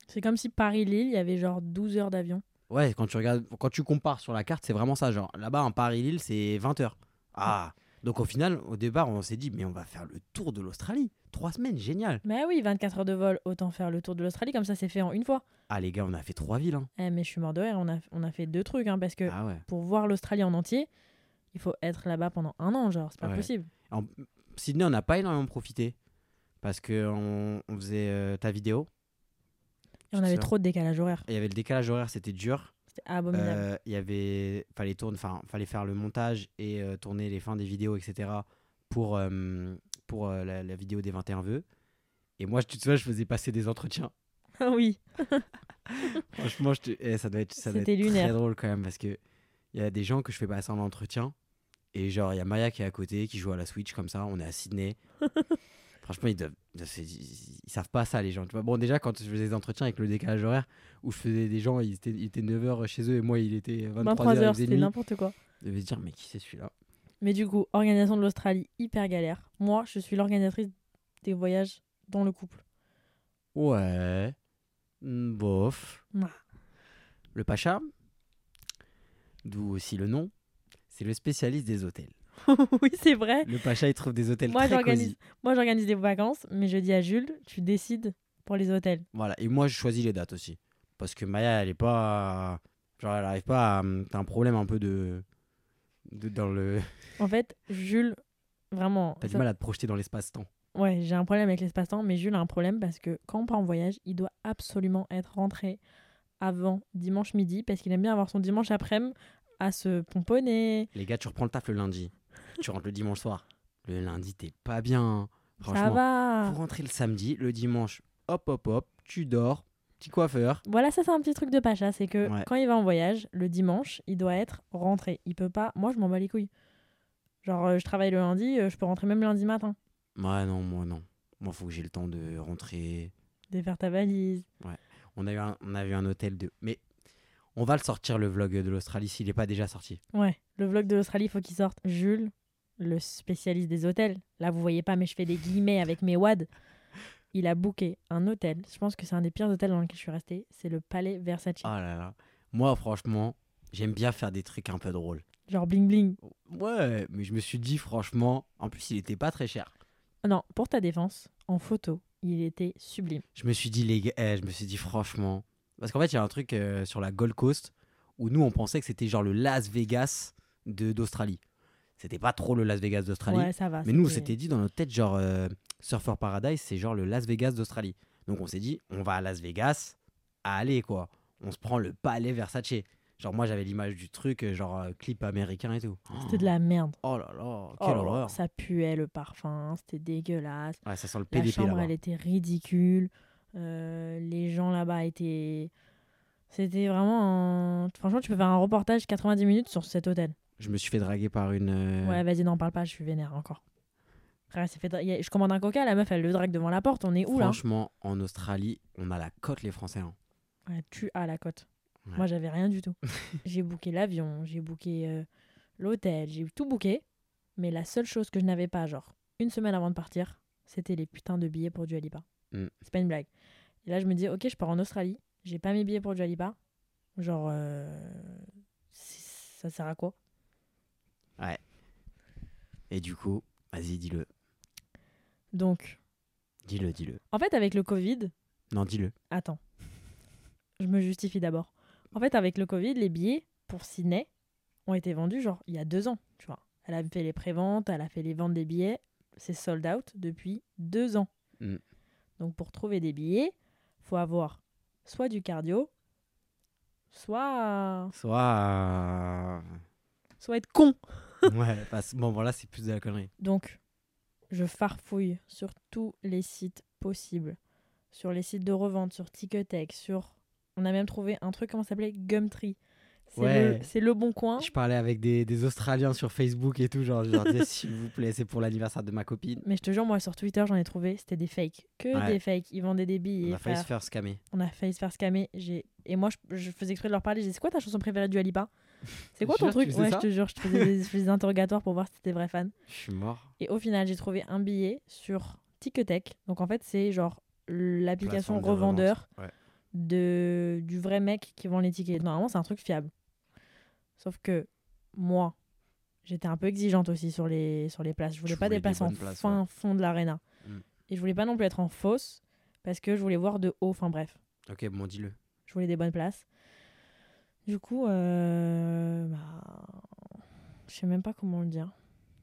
Speaker 2: C'est comme si Paris-Lille, il y avait genre 12 heures d'avion.
Speaker 1: Ouais, quand tu regardes, quand tu compares sur la carte, c'est vraiment ça. Genre, là-bas, en Paris-Lille, c'est 20 heures. Ah, donc au final, au départ, on s'est dit, mais on va faire le tour de l'Australie. Trois semaines, génial.
Speaker 2: Mais oui, 24 heures de vol, autant faire le tour de l'Australie. Comme ça, c'est fait en une fois.
Speaker 1: Ah, les gars, on a fait trois villes. hein.
Speaker 2: Eh, mais je suis mort de rire. On a, on a fait deux trucs. hein, parce que
Speaker 1: Ah ouais.
Speaker 2: pour voir l'Australie en entier, il faut être là-bas pendant un an, genre, c'est pas
Speaker 1: Ouais.
Speaker 2: possible.
Speaker 1: En- Sydney, on n'a pas énormément profité parce que on, on faisait euh, ta vidéo.
Speaker 2: Et on
Speaker 1: C'est
Speaker 2: avait
Speaker 1: ça.
Speaker 2: trop de décalage horaire.
Speaker 1: Il y avait le décalage horaire, c'était dur.
Speaker 2: C'était abominable.
Speaker 1: Euh, Il y avait, fallait tourner, enfin, fallait faire le montage et euh, tourner les fins des vidéos, etc. pour euh, pour euh, la, la vidéo des 21 vœux. Et moi, je- tu te souviens, je faisais passer des entretiens. [laughs]
Speaker 2: Ah [laughs] oui,
Speaker 1: Franchement, je te- eh, ça doit être, ça doit
Speaker 2: C'était
Speaker 1: être
Speaker 2: lunaire.
Speaker 1: très drôle quand même parce que il y a des gens que je fais passer en entretien et genre il y a Maya qui est à côté qui joue à la Switch comme ça. On est à
Speaker 2: [laughs]
Speaker 1: Sydney. Franchement, ils, doivent- c'est- ils- ils savent pas ça les gens. Tu vois, bon déjà quand je faisais des entretiens avec le décalage horaire où je faisais des gens, ils étaient, 9h chez eux et moi il était
Speaker 2: 23
Speaker 1: 23h.
Speaker 2: heures,
Speaker 1: Je
Speaker 2: c'était
Speaker 1: devais
Speaker 2: n'importe quoi.
Speaker 1: se dire mais qui c'est celui-là
Speaker 2: Mais du coup, organisation de l'Australie, hyper galère. Moi, je suis l'organisatrice des voyages dans le couple. [laughs]
Speaker 1: Ouais. Mm, Bof.
Speaker 2: Ouais.
Speaker 1: Le Pacha, d'où aussi le nom, c'est le spécialiste des
Speaker 2: [laughs]
Speaker 1: hôtels.
Speaker 2: oui, c'est vrai.
Speaker 1: Le Pacha, il trouve des hôtels
Speaker 2: Moi,
Speaker 1: très
Speaker 2: j'organise-
Speaker 1: cosy.
Speaker 2: Moi, j'organise des vacances, mais je dis à Jules, tu décides pour les hôtels.
Speaker 1: Voilà, et moi je choisis les dates aussi. Parce que Maya, elle est pas. Genre, elle arrive pas à. hmm, T'as un problème un peu de. de- dans
Speaker 2: [laughs]
Speaker 1: le.
Speaker 2: En fait, Jules, vraiment.
Speaker 1: T'as du
Speaker 2: ça-
Speaker 1: mal à te projeter dans l'espace-temps.
Speaker 2: Ouais, j'ai un problème avec l'espace-temps, mais Jules a un problème parce que quand on part en voyage, il doit absolument être rentré avant dimanche midi parce qu'il aime bien avoir son dimanche après-midi à se pomponner.
Speaker 1: Les gars, tu reprends le taf le lundi. tu rentres le dimanche soir. Le lundi, t'es pas bien. hein.
Speaker 2: Ça
Speaker 1: Franchement.
Speaker 2: va.
Speaker 1: Vous rentrez le samedi, le dimanche, hop, hop, hop, tu dors, petit coiffeur.
Speaker 2: Voilà, ça c'est un petit truc de Pacha, c'est que
Speaker 1: Ouais.
Speaker 2: quand il va en voyage, le dimanche, il doit être rentré. Il peut pas. Moi, je m'en bats les couilles. Genre, euh, je travaille le lundi, euh, je peux rentrer même lundi matin.
Speaker 1: Ouais, non, moi non. Moi, faut que j'ai le temps de rentrer.
Speaker 2: De faire ta valise.
Speaker 1: Ouais. On a eu un, on a eu un hôtel de. Mais on va le sortir, le vlog de l'Australie, s'il n'est pas déjà sorti.
Speaker 2: Ouais, le vlog de l'Australie, il faut qu'il sorte. Jules, le spécialiste des hôtels, là vous voyez pas, mais je fais des guillemets avec mes wads. Il a booké un hôtel. Je pense que c'est un des pires hôtels dans lequel je suis restée. C'est le Palais Versace.
Speaker 1: Oh là là. Moi, franchement, j'aime bien faire des trucs un peu drôles.
Speaker 2: Genre bling bling.
Speaker 1: Ouais, mais je me suis dit, franchement, en plus, il n'était pas très cher.
Speaker 2: Non, pour ta défense, en photo, il était sublime.
Speaker 1: Je me suis dit, les gars, eh, je me suis dit, franchement. Parce qu'en fait, il y a un truc euh, sur la Gold Coast où nous, on pensait que c'était genre le Las Vegas de- d'Australie. C'était pas trop le Las Vegas d'Australie.
Speaker 2: Ouais, ça va.
Speaker 1: Mais nous, on s'était dit dans notre tête, genre, euh, Surfer Paradise, c'est genre le Las Vegas d'Australie. Donc on s'est dit, on va à Las Vegas, à aller quoi. On se prend le palais Versace. Genre, moi, j'avais l'image du truc, euh, genre, euh, clip américain et tout.
Speaker 2: C'était de la merde.
Speaker 1: Oh là là, quelle
Speaker 2: Oh,
Speaker 1: horreur.
Speaker 2: Ça puait le parfum, c'était dégueulasse.
Speaker 1: Ouais, ça sent le
Speaker 2: La
Speaker 1: PDP
Speaker 2: chambre,
Speaker 1: là-bas.
Speaker 2: elle était ridicule. Euh, les gens là-bas étaient. C'était vraiment. un- Franchement, tu peux faire un reportage 90 minutes sur cet hôtel.
Speaker 1: Je me suis fait draguer par une. euh,
Speaker 2: Ouais, vas-y, n'en parle pas, je suis vénère encore. Frère, elle s'est fait dra- y a- Je commande un coca, la meuf, elle le drague devant la porte. On est où là
Speaker 1: Franchement, en Australie, on a la cote, les Français. hein.
Speaker 2: Ouais, Tu as la cote.
Speaker 1: Ouais.
Speaker 2: Moi, j'avais rien
Speaker 1: [laughs]
Speaker 2: du tout. j'ai booké l'avion, j'ai booké euh, l'hôtel, j'ai tout booké. Mais la seule chose que je n'avais pas, genre une semaine avant de partir, c'était les putains de billets pour du Alipa.
Speaker 1: Mm.
Speaker 2: C'est pas une blague. Et là, je me dis, ok, je pars en Australie, j'ai pas mes billets pour du Alipa. Genre, euh, c'est- ça sert à quoi
Speaker 1: Et du coup, vas-y, dis-le.
Speaker 2: Donc,
Speaker 1: Dis-le, dis-le.
Speaker 2: en fait, avec le Covid,
Speaker 1: Non, dis-le.
Speaker 2: Attends. Je me justifie d'abord. En fait, avec le Covid, les billets pour Sydney ont été vendus genre il y a deux ans, tu vois. Elle a fait les préventes, elle a fait les ventes des billets. C'est sold out depuis deux ans.
Speaker 1: Mm.
Speaker 2: Donc pour trouver des billets, faut avoir soit du cardio, soit
Speaker 1: Soit.
Speaker 2: soit être con.
Speaker 1: ouais, parce bon, voilà, c'est plus de la connerie.
Speaker 2: Donc, je farfouille sur tous les sites possibles. Sur les sites de revente, sur Ticketek, sur... On a même trouvé un truc, comment ça s'appelait Gumtree. C'est
Speaker 1: Ouais.
Speaker 2: le- c'est le bon coin.
Speaker 1: Je parlais avec des, des Australiens sur Facebook et tout, genre, je leur disais, [laughs] s'il vous plaît, c'est pour l'anniversaire de ma copine.
Speaker 2: Mais je te jure, moi, sur Twitter, j'en ai trouvé. C'était des fakes. Que
Speaker 1: Ouais.
Speaker 2: des fakes. Ils vendaient des
Speaker 1: On
Speaker 2: billets.
Speaker 1: a failli se
Speaker 2: frère.
Speaker 1: faire scammer.
Speaker 2: On a failli se faire scammer. J'ai- Et moi, je, je faisais exprès de leur parler. J'ai dit, c'est quoi ta chanson préférée
Speaker 1: [laughs]
Speaker 2: du Alipa C'est quoi
Speaker 1: Je te
Speaker 2: ton
Speaker 1: jure, tu
Speaker 2: truc
Speaker 1: faisais
Speaker 2: Ouais, je
Speaker 1: ça
Speaker 2: te jure, je te faisais des, je faisais des interrogatoires pour voir si t'étais vrai fan.
Speaker 1: Je suis mort.
Speaker 2: Et au final, j'ai trouvé un billet sur Ticketek. Donc en fait, c'est genre l'application
Speaker 1: Plateforme de revente,
Speaker 2: revendeur
Speaker 1: ouais.
Speaker 2: de, du vrai mec qui vend les tickets. Normalement, c'est un truc fiable. Sauf que moi, j'étais un peu exigeante aussi sur les, sur les places. Je voulais
Speaker 1: Tu
Speaker 2: pas
Speaker 1: voulais
Speaker 2: des
Speaker 1: des
Speaker 2: places en
Speaker 1: bonnes places,
Speaker 2: fin fond de l'aréna.
Speaker 1: Mm.
Speaker 2: Et je voulais pas non plus être en fausse parce que je voulais voir de haut. Enfin bref,
Speaker 1: Ok, bon, dis-le.
Speaker 2: je voulais des bonnes places. Du coup, euh, bah, je sais même pas comment le dire.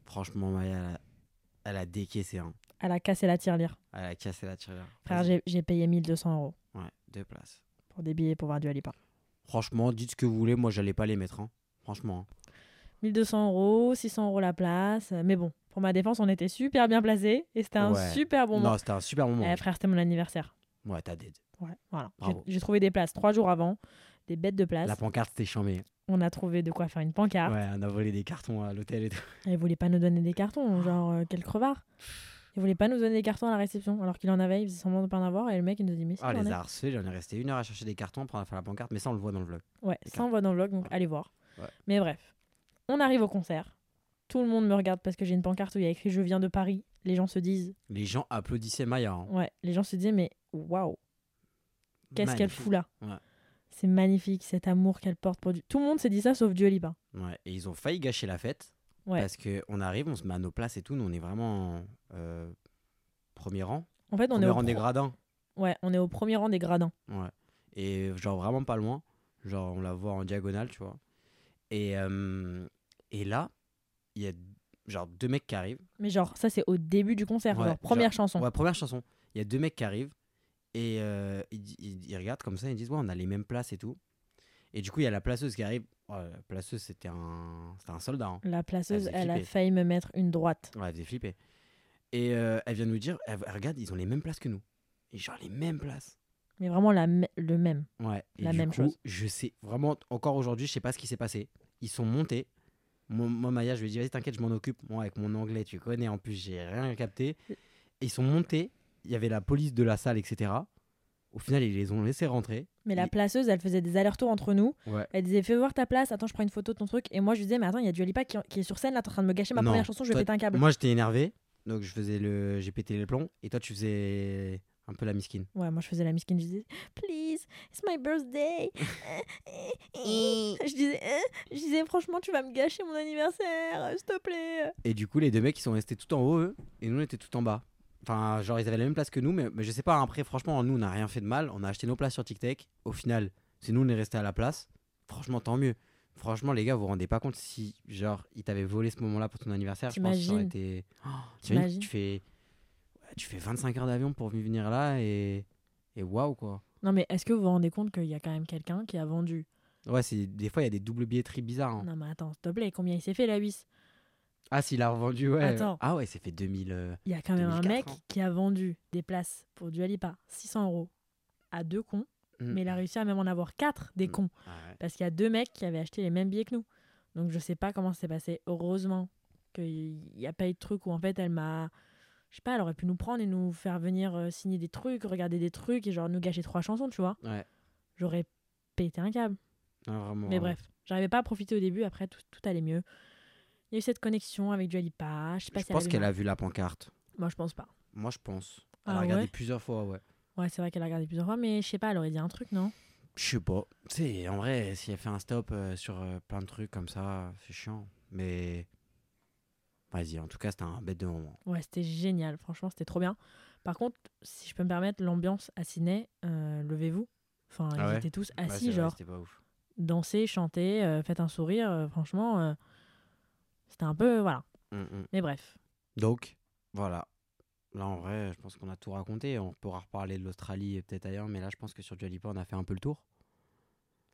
Speaker 1: Franchement, Maya, elle a, elle a décaissé, hein.
Speaker 2: Elle a cassé la tirelire.
Speaker 1: Elle a cassé la tirelire.
Speaker 2: Frère,
Speaker 1: Vas-y.
Speaker 2: j'ai- j'ai payé 1200 euros.
Speaker 1: Ouais, deux places.
Speaker 2: pour des billets pour voir du Alipa.
Speaker 1: Franchement, dites ce que vous voulez, moi, j'allais pas les mettre, hein. Franchement. hein.
Speaker 2: 1200 euros, 600 euros la place. euh, Mais bon, pour ma défense, on était super bien placés et c'était un
Speaker 1: Ouais.
Speaker 2: super bon moment.
Speaker 1: non, c'était un super moment. hein.
Speaker 2: Eh, frère, c'était mon anniversaire.
Speaker 1: Ouais, t'as dead.
Speaker 2: Ouais, voilà. J'ai-
Speaker 1: Bravo.
Speaker 2: J'ai trouvé des places trois jours avant, des bêtes de places.
Speaker 1: La pancarte, c'était chambé.
Speaker 2: On a trouvé de quoi faire une pancarte.
Speaker 1: Ouais, on a volé des cartons à l'hôtel et tout.
Speaker 2: Elle voulait pas nous donner des cartons, genre euh, quel crevard. Il voulait pas nous donner des cartons à la réception alors qu'il en avait, il faisait semblant de pas en avoir et le mec il nous dit mais si
Speaker 1: Ah,
Speaker 2: j'en
Speaker 1: les
Speaker 2: ai.
Speaker 1: a harcelés, j'en ai resté une heure à chercher des cartons pour faire la pancarte, mais ça, on le voit dans le vlog.
Speaker 2: Ouais,
Speaker 1: Les
Speaker 2: ça on voit dans le vlog, donc
Speaker 1: Ouais.
Speaker 2: allez voir.
Speaker 1: Ouais.
Speaker 2: Mais bref, on arrive au concert. Tout le monde me regarde parce que j'ai une pancarte où il y a écrit je viens de Paris. Les gens se disent
Speaker 1: Les gens applaudissaient Maya. hein.
Speaker 2: Ouais, les gens se disaient, mais waouh, qu'est-ce qu'elle
Speaker 1: Magnifique.
Speaker 2: fout là
Speaker 1: Ouais.
Speaker 2: C'est magnifique cet amour qu'elle porte pour du. Tout le monde s'est dit ça sauf Dualipa.
Speaker 1: Ouais, et ils ont failli gâcher la fête.
Speaker 2: Ouais.
Speaker 1: Parce qu'on arrive, on se met à nos places et tout, nous on est vraiment euh, premier rang.
Speaker 2: En fait, on
Speaker 1: premier
Speaker 2: est, au
Speaker 1: rang des
Speaker 2: pro-
Speaker 1: gradins.
Speaker 2: ouais, on est au premier rang des gradins.
Speaker 1: Ouais. Et genre vraiment pas loin. Genre on la voit en diagonale, tu vois. Et, euh, et là, il y a genre deux mecs qui arrivent.
Speaker 2: Mais genre, ça c'est au début du concert,
Speaker 1: Ouais,
Speaker 2: genre, première
Speaker 1: genre-
Speaker 2: chanson.
Speaker 1: Ouais, première chanson. Il y a deux mecs qui arrivent et euh, ils, di- ils- ils regardent comme ça, ils disent ouais, on a les mêmes places et tout. Et du coup, il y a la placeuse qui arrive. Oh, la placeuse, c'était un, c'était un soldat. hein.
Speaker 2: La placeuse,
Speaker 1: Elle faisait
Speaker 2: elle a
Speaker 1: flipper.
Speaker 2: failli me mettre une droite.
Speaker 1: Ouais, elle faisait flipper. Et euh, elle vient nous dire, elle- elle regarde, ils ont les mêmes places que nous. Et genre les mêmes places.
Speaker 2: Mais vraiment la me- le même.
Speaker 1: Ouais. Et
Speaker 2: La
Speaker 1: du
Speaker 2: même
Speaker 1: coup,
Speaker 2: chose.
Speaker 1: Je sais vraiment encore aujourd'hui, je sais pas ce qui s'est passé. Ils sont montés. Moi, moi, Maya, je lui ai dit vas-y t'inquiète, je m'en occupe. Moi avec mon anglais, tu connais.
Speaker 2: Euh.
Speaker 1: En plus, j'ai rien capté. Et ils sont montés. Il y avait la police de la salle, etc. Au final, ils les ont laissés rentrer.
Speaker 2: Mais la
Speaker 1: Il-
Speaker 2: placeuse, elle faisait des allers-retours entre nous.
Speaker 1: Ouais.
Speaker 2: Elle disait Fais voir ta place, attends, je prends une photo de ton truc. Et moi, je lui disais Mais attends, il y a du Lipa qui, qui est sur scène, là, t'es en train de me gâcher ma
Speaker 1: Non,
Speaker 2: première chanson, je vais
Speaker 1: toi-
Speaker 2: péter un câble.
Speaker 1: Moi, j'étais énervé, donc je faisais le, j'ai pété les plombs, et toi, tu faisais un peu la miskine.
Speaker 2: Ouais, moi, je faisais la miskin, je disais Please, it's my birthday. je, disais, Euh, je disais Franchement, tu vas me gâcher mon anniversaire, euh, s'il te plaît.
Speaker 1: Et du coup, les deux mecs, ils sont restés tout en haut, eux, et nous, on était tout en bas. Enfin, genre, ils avaient la même place que nous, mais, mais je sais pas, hein, après, franchement, nous, on n'a rien fait de mal. On a acheté nos places sur TikTok. Au final, c'est nous, on est restés à la place. Franchement, tant mieux. Franchement, les gars, vous vous rendez pas compte si, genre, ils t'avaient volé ce moment-là pour ton anniversaire. Je pense que ça aurait
Speaker 2: T'imagines.
Speaker 1: été. Oh, t'imagines,
Speaker 2: T'imagines.
Speaker 1: tu fais. ouais, Tu fais 25 heures d'avion pour venir là et. Et waouh, quoi.
Speaker 2: Non, mais est-ce que vous vous rendez compte qu'il y a quand même quelqu'un qui a vendu
Speaker 1: Ouais, c'est des fois, il y a des doubles billetteries bizarres. hein.
Speaker 2: Non, mais attends, s'il te plaît, combien il s'est fait la huisse
Speaker 1: Ah, s'il a revendu, ouais.
Speaker 2: Attends.
Speaker 1: Ah, ouais, c'est fait 2000. euh,
Speaker 2: Il y a quand même un
Speaker 1: 2004,
Speaker 2: mec
Speaker 1: hein.
Speaker 2: qui a vendu des places pour du Alipa, 600 euros, à deux cons,
Speaker 1: hmm.
Speaker 2: mais il a réussi à même en avoir quatre des
Speaker 1: Mm.
Speaker 2: cons.
Speaker 1: Ah ouais.
Speaker 2: Parce qu'il y a deux mecs qui avaient acheté les mêmes billets que nous. Donc je sais pas comment ça s'est passé. Heureusement qu'il n'y a pas eu de truc où en fait elle m'a. Je sais pas, elle aurait pu nous prendre et nous faire venir euh, signer des trucs, regarder des trucs et genre nous gâcher trois chansons, tu vois.
Speaker 1: Ouais.
Speaker 2: J'aurais pété un câble.
Speaker 1: Non, vraiment.
Speaker 2: Mais
Speaker 1: vraiment.
Speaker 2: bref, j'arrivais pas à profiter au début, après tout, tout allait mieux. Il y a eu cette connexion avec Dualipa, je sais pas
Speaker 1: Je
Speaker 2: si
Speaker 1: pense
Speaker 2: elle
Speaker 1: qu'elle
Speaker 2: avait
Speaker 1: a vu la pancarte.
Speaker 2: marre. Moi je pense pas.
Speaker 1: Moi, je pense. Elle
Speaker 2: Ah
Speaker 1: a regardé
Speaker 2: ouais
Speaker 1: plusieurs fois, ouais.
Speaker 2: Ouais, c'est vrai qu'elle a regardé plusieurs fois, mais je sais pas, elle aurait dit un truc, non
Speaker 1: Je sais pas. Tu sais, en vrai, si elle fait un stop euh, sur euh, plein de trucs comme ça, c'est chiant. Mais. Vas-y, en tout cas, c'était un bête de moment.
Speaker 2: Ouais, c'était génial, franchement, c'était trop bien. Par contre, si je peux me permettre, l'ambiance à Sydney, euh, levez-vous. Enfin,
Speaker 1: Ah
Speaker 2: ils
Speaker 1: ouais
Speaker 2: étaient tous
Speaker 1: Ouais, c'est
Speaker 2: assis,
Speaker 1: vrai,
Speaker 2: genre,
Speaker 1: C'était pas ouf.
Speaker 2: dansez, chantez, euh, faites un sourire, euh, franchement, euh, c'était un peu. Voilà.
Speaker 1: Mm, mm.
Speaker 2: Mais bref.
Speaker 1: Donc, voilà. Là, en vrai, je pense qu'on a tout raconté. On pourra reparler de l'Australie et peut-être ailleurs, mais là, je pense que sur Dualipa, on a fait un peu le tour.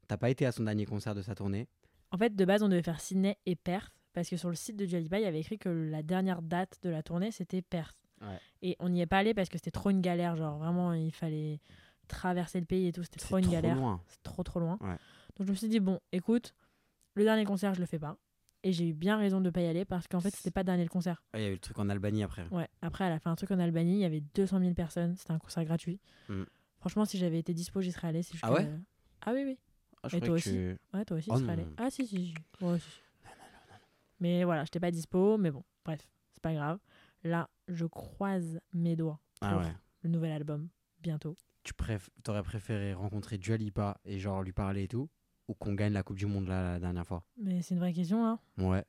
Speaker 1: T'as pas été à son dernier concert de sa tournée
Speaker 2: En fait, de base, on devait faire Sydney et Perth, parce que sur le site de Dualipa, il y avait écrit que la dernière date de la tournée, c'était Perth.
Speaker 1: Ouais.
Speaker 2: Et on n'y est pas allé parce que c'était trop une galère, genre, vraiment, il fallait traverser le pays et tout, c'était
Speaker 1: C'est
Speaker 2: trop une galère.
Speaker 1: loin.
Speaker 2: C'est trop trop loin.
Speaker 1: Ouais.
Speaker 2: Donc je me suis dit, bon, écoute, le dernier concert, je le fais pas. Et j'ai eu bien raison de pas y aller parce qu'en fait, c'était pas le dernier le concert.
Speaker 1: Ah, Il y a eu le truc en Albanie après.
Speaker 2: Ouais. Après, elle a fait un truc en Albanie, il y avait 200 000 personnes, c'était un concert gratuit.
Speaker 1: Mm.
Speaker 2: Franchement, si j'avais été dispo, j'y serais allée. C'est juste
Speaker 1: Ah
Speaker 2: que-
Speaker 1: ouais
Speaker 2: Ah oui, oui.
Speaker 1: Ah, je croyais
Speaker 2: Et toi
Speaker 1: que
Speaker 2: aussi
Speaker 1: tu-
Speaker 2: Ouais, toi aussi,
Speaker 1: Oh
Speaker 2: tu serais allée.
Speaker 1: non.
Speaker 2: Ah si, si, si. Ouais, si, si. Mais voilà, j'étais pas dispo, mais bon, bref, c'est pas grave. Là, je croise mes doigts
Speaker 1: Ah
Speaker 2: pour
Speaker 1: ouais.
Speaker 2: le nouvel album, bientôt.
Speaker 1: tu préf- t'aurais préféré rencontrer Dualipa et genre lui parler et tout ou qu'on gagne la Coupe du Monde là, la dernière fois
Speaker 2: Mais c'est une vraie question, là.
Speaker 1: Ouais.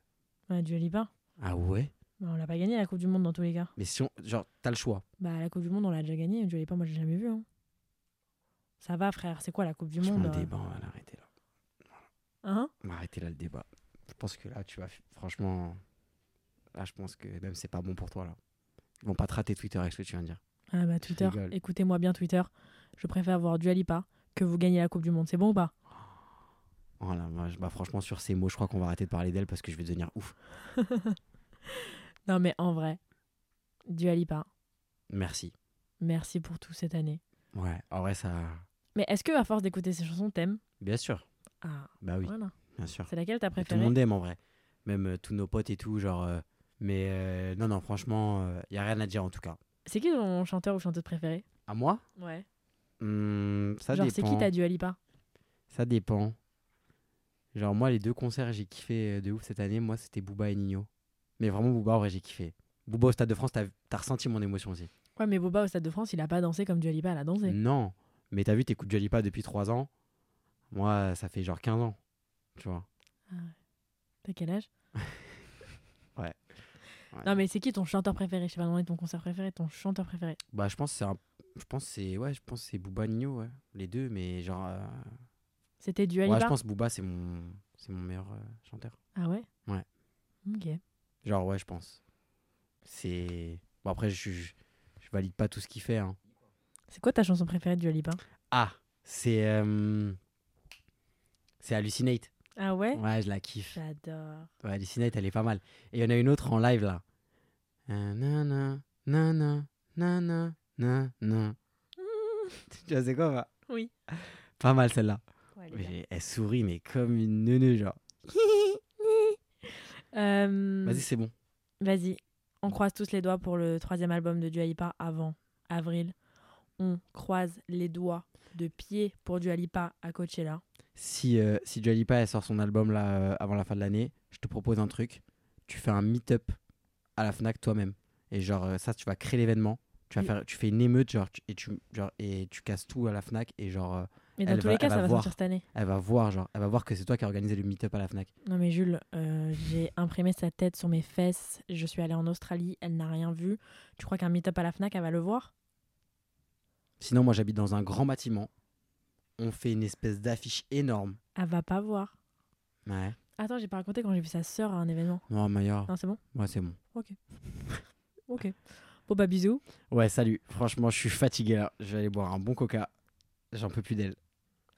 Speaker 2: Ouais, du Alipa. Bah,
Speaker 1: Ah ouais
Speaker 2: On l'a pas gagné, la Coupe du Monde, dans tous les cas.
Speaker 1: Mais si on... genre t'as le choix.
Speaker 2: Bah, la Coupe du Monde, on l'a déjà gagnée. Je l'ai pas, moi, j'ai jamais vu. hein. Ça va, frère. C'est quoi la Coupe du
Speaker 1: Franchement,
Speaker 2: Monde
Speaker 1: le
Speaker 2: euh,
Speaker 1: débat, on va l'arrêter là.
Speaker 2: Hein
Speaker 1: On va arrêter là le débat. Je pense que là tu vas franchement là je pense que même c'est pas bon pour toi là. Ils vont pas te rater Twitter avec ce que tu viens de dire.
Speaker 2: Ah bah, Twitter.
Speaker 1: rigole.
Speaker 2: Écoutez-moi bien, Twitter. Je préfère voir du Alipa que vous gagnez la Coupe du Monde. C'est bon ou pas
Speaker 1: Oh la vache. bah franchement sur ces mots, je crois qu'on va arrêter de parler d'elle parce que je vais devenir ouf.
Speaker 2: Non, mais en vrai, du Alipa,
Speaker 1: Merci.
Speaker 2: merci pour tout cette année.
Speaker 1: Ouais, en vrai ça
Speaker 2: Mais est-ce que, à force d'écouter ces chansons, t'aimes
Speaker 1: bien sûr.
Speaker 2: Ah,
Speaker 1: Bah oui,
Speaker 2: voilà.
Speaker 1: bien sûr.
Speaker 2: C'est laquelle t'as
Speaker 1: Mais Tout le
Speaker 2: préférée
Speaker 1: monde aime en vrai. Même euh, tous nos potes et tout, genre. euh, mais euh, non, non, franchement, il y a rien à dire en tout cas.
Speaker 2: C'est qui ton chanteur ou chanteuse préférée
Speaker 1: À moi
Speaker 2: Ouais.
Speaker 1: Hmm, Ça
Speaker 2: Genre, c'est
Speaker 1: dépend.
Speaker 2: qui ta du Alipa
Speaker 1: Ça dépend. Genre, moi, les deux concerts que j'ai kiffé euh, de ouf cette année, moi, c'était Booba et Nino. Mais vraiment, Booba, en vrai, j'ai kiffé. Booba au Stade de France, t'as t'as ressenti mon émotion aussi.
Speaker 2: Ouais, mais Boba au Stade de France, il a pas dansé comme du Alipa, elle a dansé.
Speaker 1: Non, mais t'as vu, t'écoutes Jalipa depuis 3 ans. Moi, ça fait genre 15 ans. Tu vois
Speaker 2: T'as quel âge
Speaker 1: [laughs] Ouais. Ouais.
Speaker 2: Non, mais c'est qui ton chanteur préféré Je t'ai pas demandé ton concert préféré, ton chanteur préféré.
Speaker 1: Bah, je pense que c'est un. Je pense que c'est ouais, je pense que c'est Booba Nino, ouais. Les deux, mais genre. euh,
Speaker 2: C'était du
Speaker 1: Ouais,
Speaker 2: Alipa
Speaker 1: je pense Booba, c'est mon, c'est mon meilleur euh, chanteur.
Speaker 2: Ah ouais
Speaker 1: Ouais.
Speaker 2: Ok.
Speaker 1: Genre, ouais, je pense. C'est. Bon, après, je, je, je valide pas tout ce qu'il fait. hein.
Speaker 2: C'est quoi ta chanson préférée du Alipa
Speaker 1: Ah, c'est. euh, C'est Hallucinate.
Speaker 2: Ah ouais
Speaker 1: Ouais, je la kiffe.
Speaker 2: J'adore.
Speaker 1: Ouais, Hallucinate, elle est pas mal. Et il y en a une autre en live, là. Euh, Nanana, nanana, nanana,
Speaker 2: [laughs]
Speaker 1: nanana. Tu vois, c'est quoi bah
Speaker 2: Oui.
Speaker 1: Pas mal celle-là.
Speaker 2: Ouais, elle est bien.
Speaker 1: Mais Elle sourit, mais comme une neuneu, genre.
Speaker 2: [laughs] Euh,
Speaker 1: Vas-y, c'est bon.
Speaker 2: Vas-y. On croise tous les doigts pour le troisième album de Dua Lipa avant avril. on croise les doigts de pied pour Dua Lipa à Coachella.
Speaker 1: Si, euh, si Dua Lipa, elle sort son album là, euh, avant la fin de l'année, je te propose un truc. Tu fais un meet-up à la Fnac toi-même. Et genre, euh, ça, tu vas créer l'événement. Tu, vas
Speaker 2: Oui.
Speaker 1: faire, tu fais une émeute genre, tu- et, tu, genre, et tu casses tout à la Fnac. Et genre, euh,
Speaker 2: Mais dans
Speaker 1: Elle
Speaker 2: tous
Speaker 1: va-
Speaker 2: les cas,
Speaker 1: elle va
Speaker 2: ça va
Speaker 1: voir.
Speaker 2: sortir cette année.
Speaker 1: elle, va voir, genre, elle va voir que c'est toi qui as organisé le meet-up à la Fnac.
Speaker 2: Non mais Jules, euh, j'ai imprimé sa tête sur mes fesses. Je suis allée en Australie, elle n'a rien vu. Tu crois qu'un meet-up à la Fnac, elle va le voir
Speaker 1: Sinon, moi, j'habite dans un grand bâtiment. On fait une espèce d'affiche énorme.
Speaker 2: Elle va pas voir.
Speaker 1: Ouais.
Speaker 2: Attends, j'ai pas raconté quand j'ai vu sa sœur à un événement.
Speaker 1: Non, meilleur.
Speaker 2: Non, c'est bon
Speaker 1: Ouais, c'est bon.
Speaker 2: Ok. Bon bah bisous.
Speaker 1: Ouais, salut. Franchement, je suis fatigué là. Je vais aller boire un bon coca. J'en peux plus d'elle.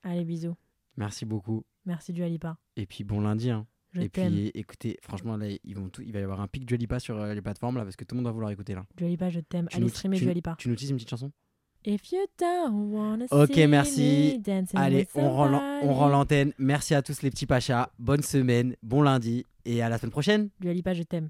Speaker 2: Allez bisous.
Speaker 1: Merci beaucoup.
Speaker 2: Merci du Alipa.
Speaker 1: Et puis bon lundi. Hein.
Speaker 2: Je
Speaker 1: Et
Speaker 2: t'aime.
Speaker 1: puis écoutez, franchement, là, ils vont tout, il va y avoir un pic Dualipa sur euh, les plateformes là parce que tout le monde va vouloir écouter là.
Speaker 2: Dua Lipa, je t'aime.
Speaker 1: Tu
Speaker 2: Allez
Speaker 1: nous-
Speaker 2: streamer
Speaker 1: tu-
Speaker 2: Dua Lipa.
Speaker 1: Tu nous teases une petite chanson
Speaker 2: If you don't wanna
Speaker 1: Ok,
Speaker 2: see
Speaker 1: merci.
Speaker 2: me dancing
Speaker 1: Allez,
Speaker 2: with
Speaker 1: on rend l'an-
Speaker 2: somebody.
Speaker 1: on rend l'antenne. Merci à tous les petits pachas. Bonne semaine, bon lundi et à la semaine prochaine.
Speaker 2: Dua Lipa, je t'aime.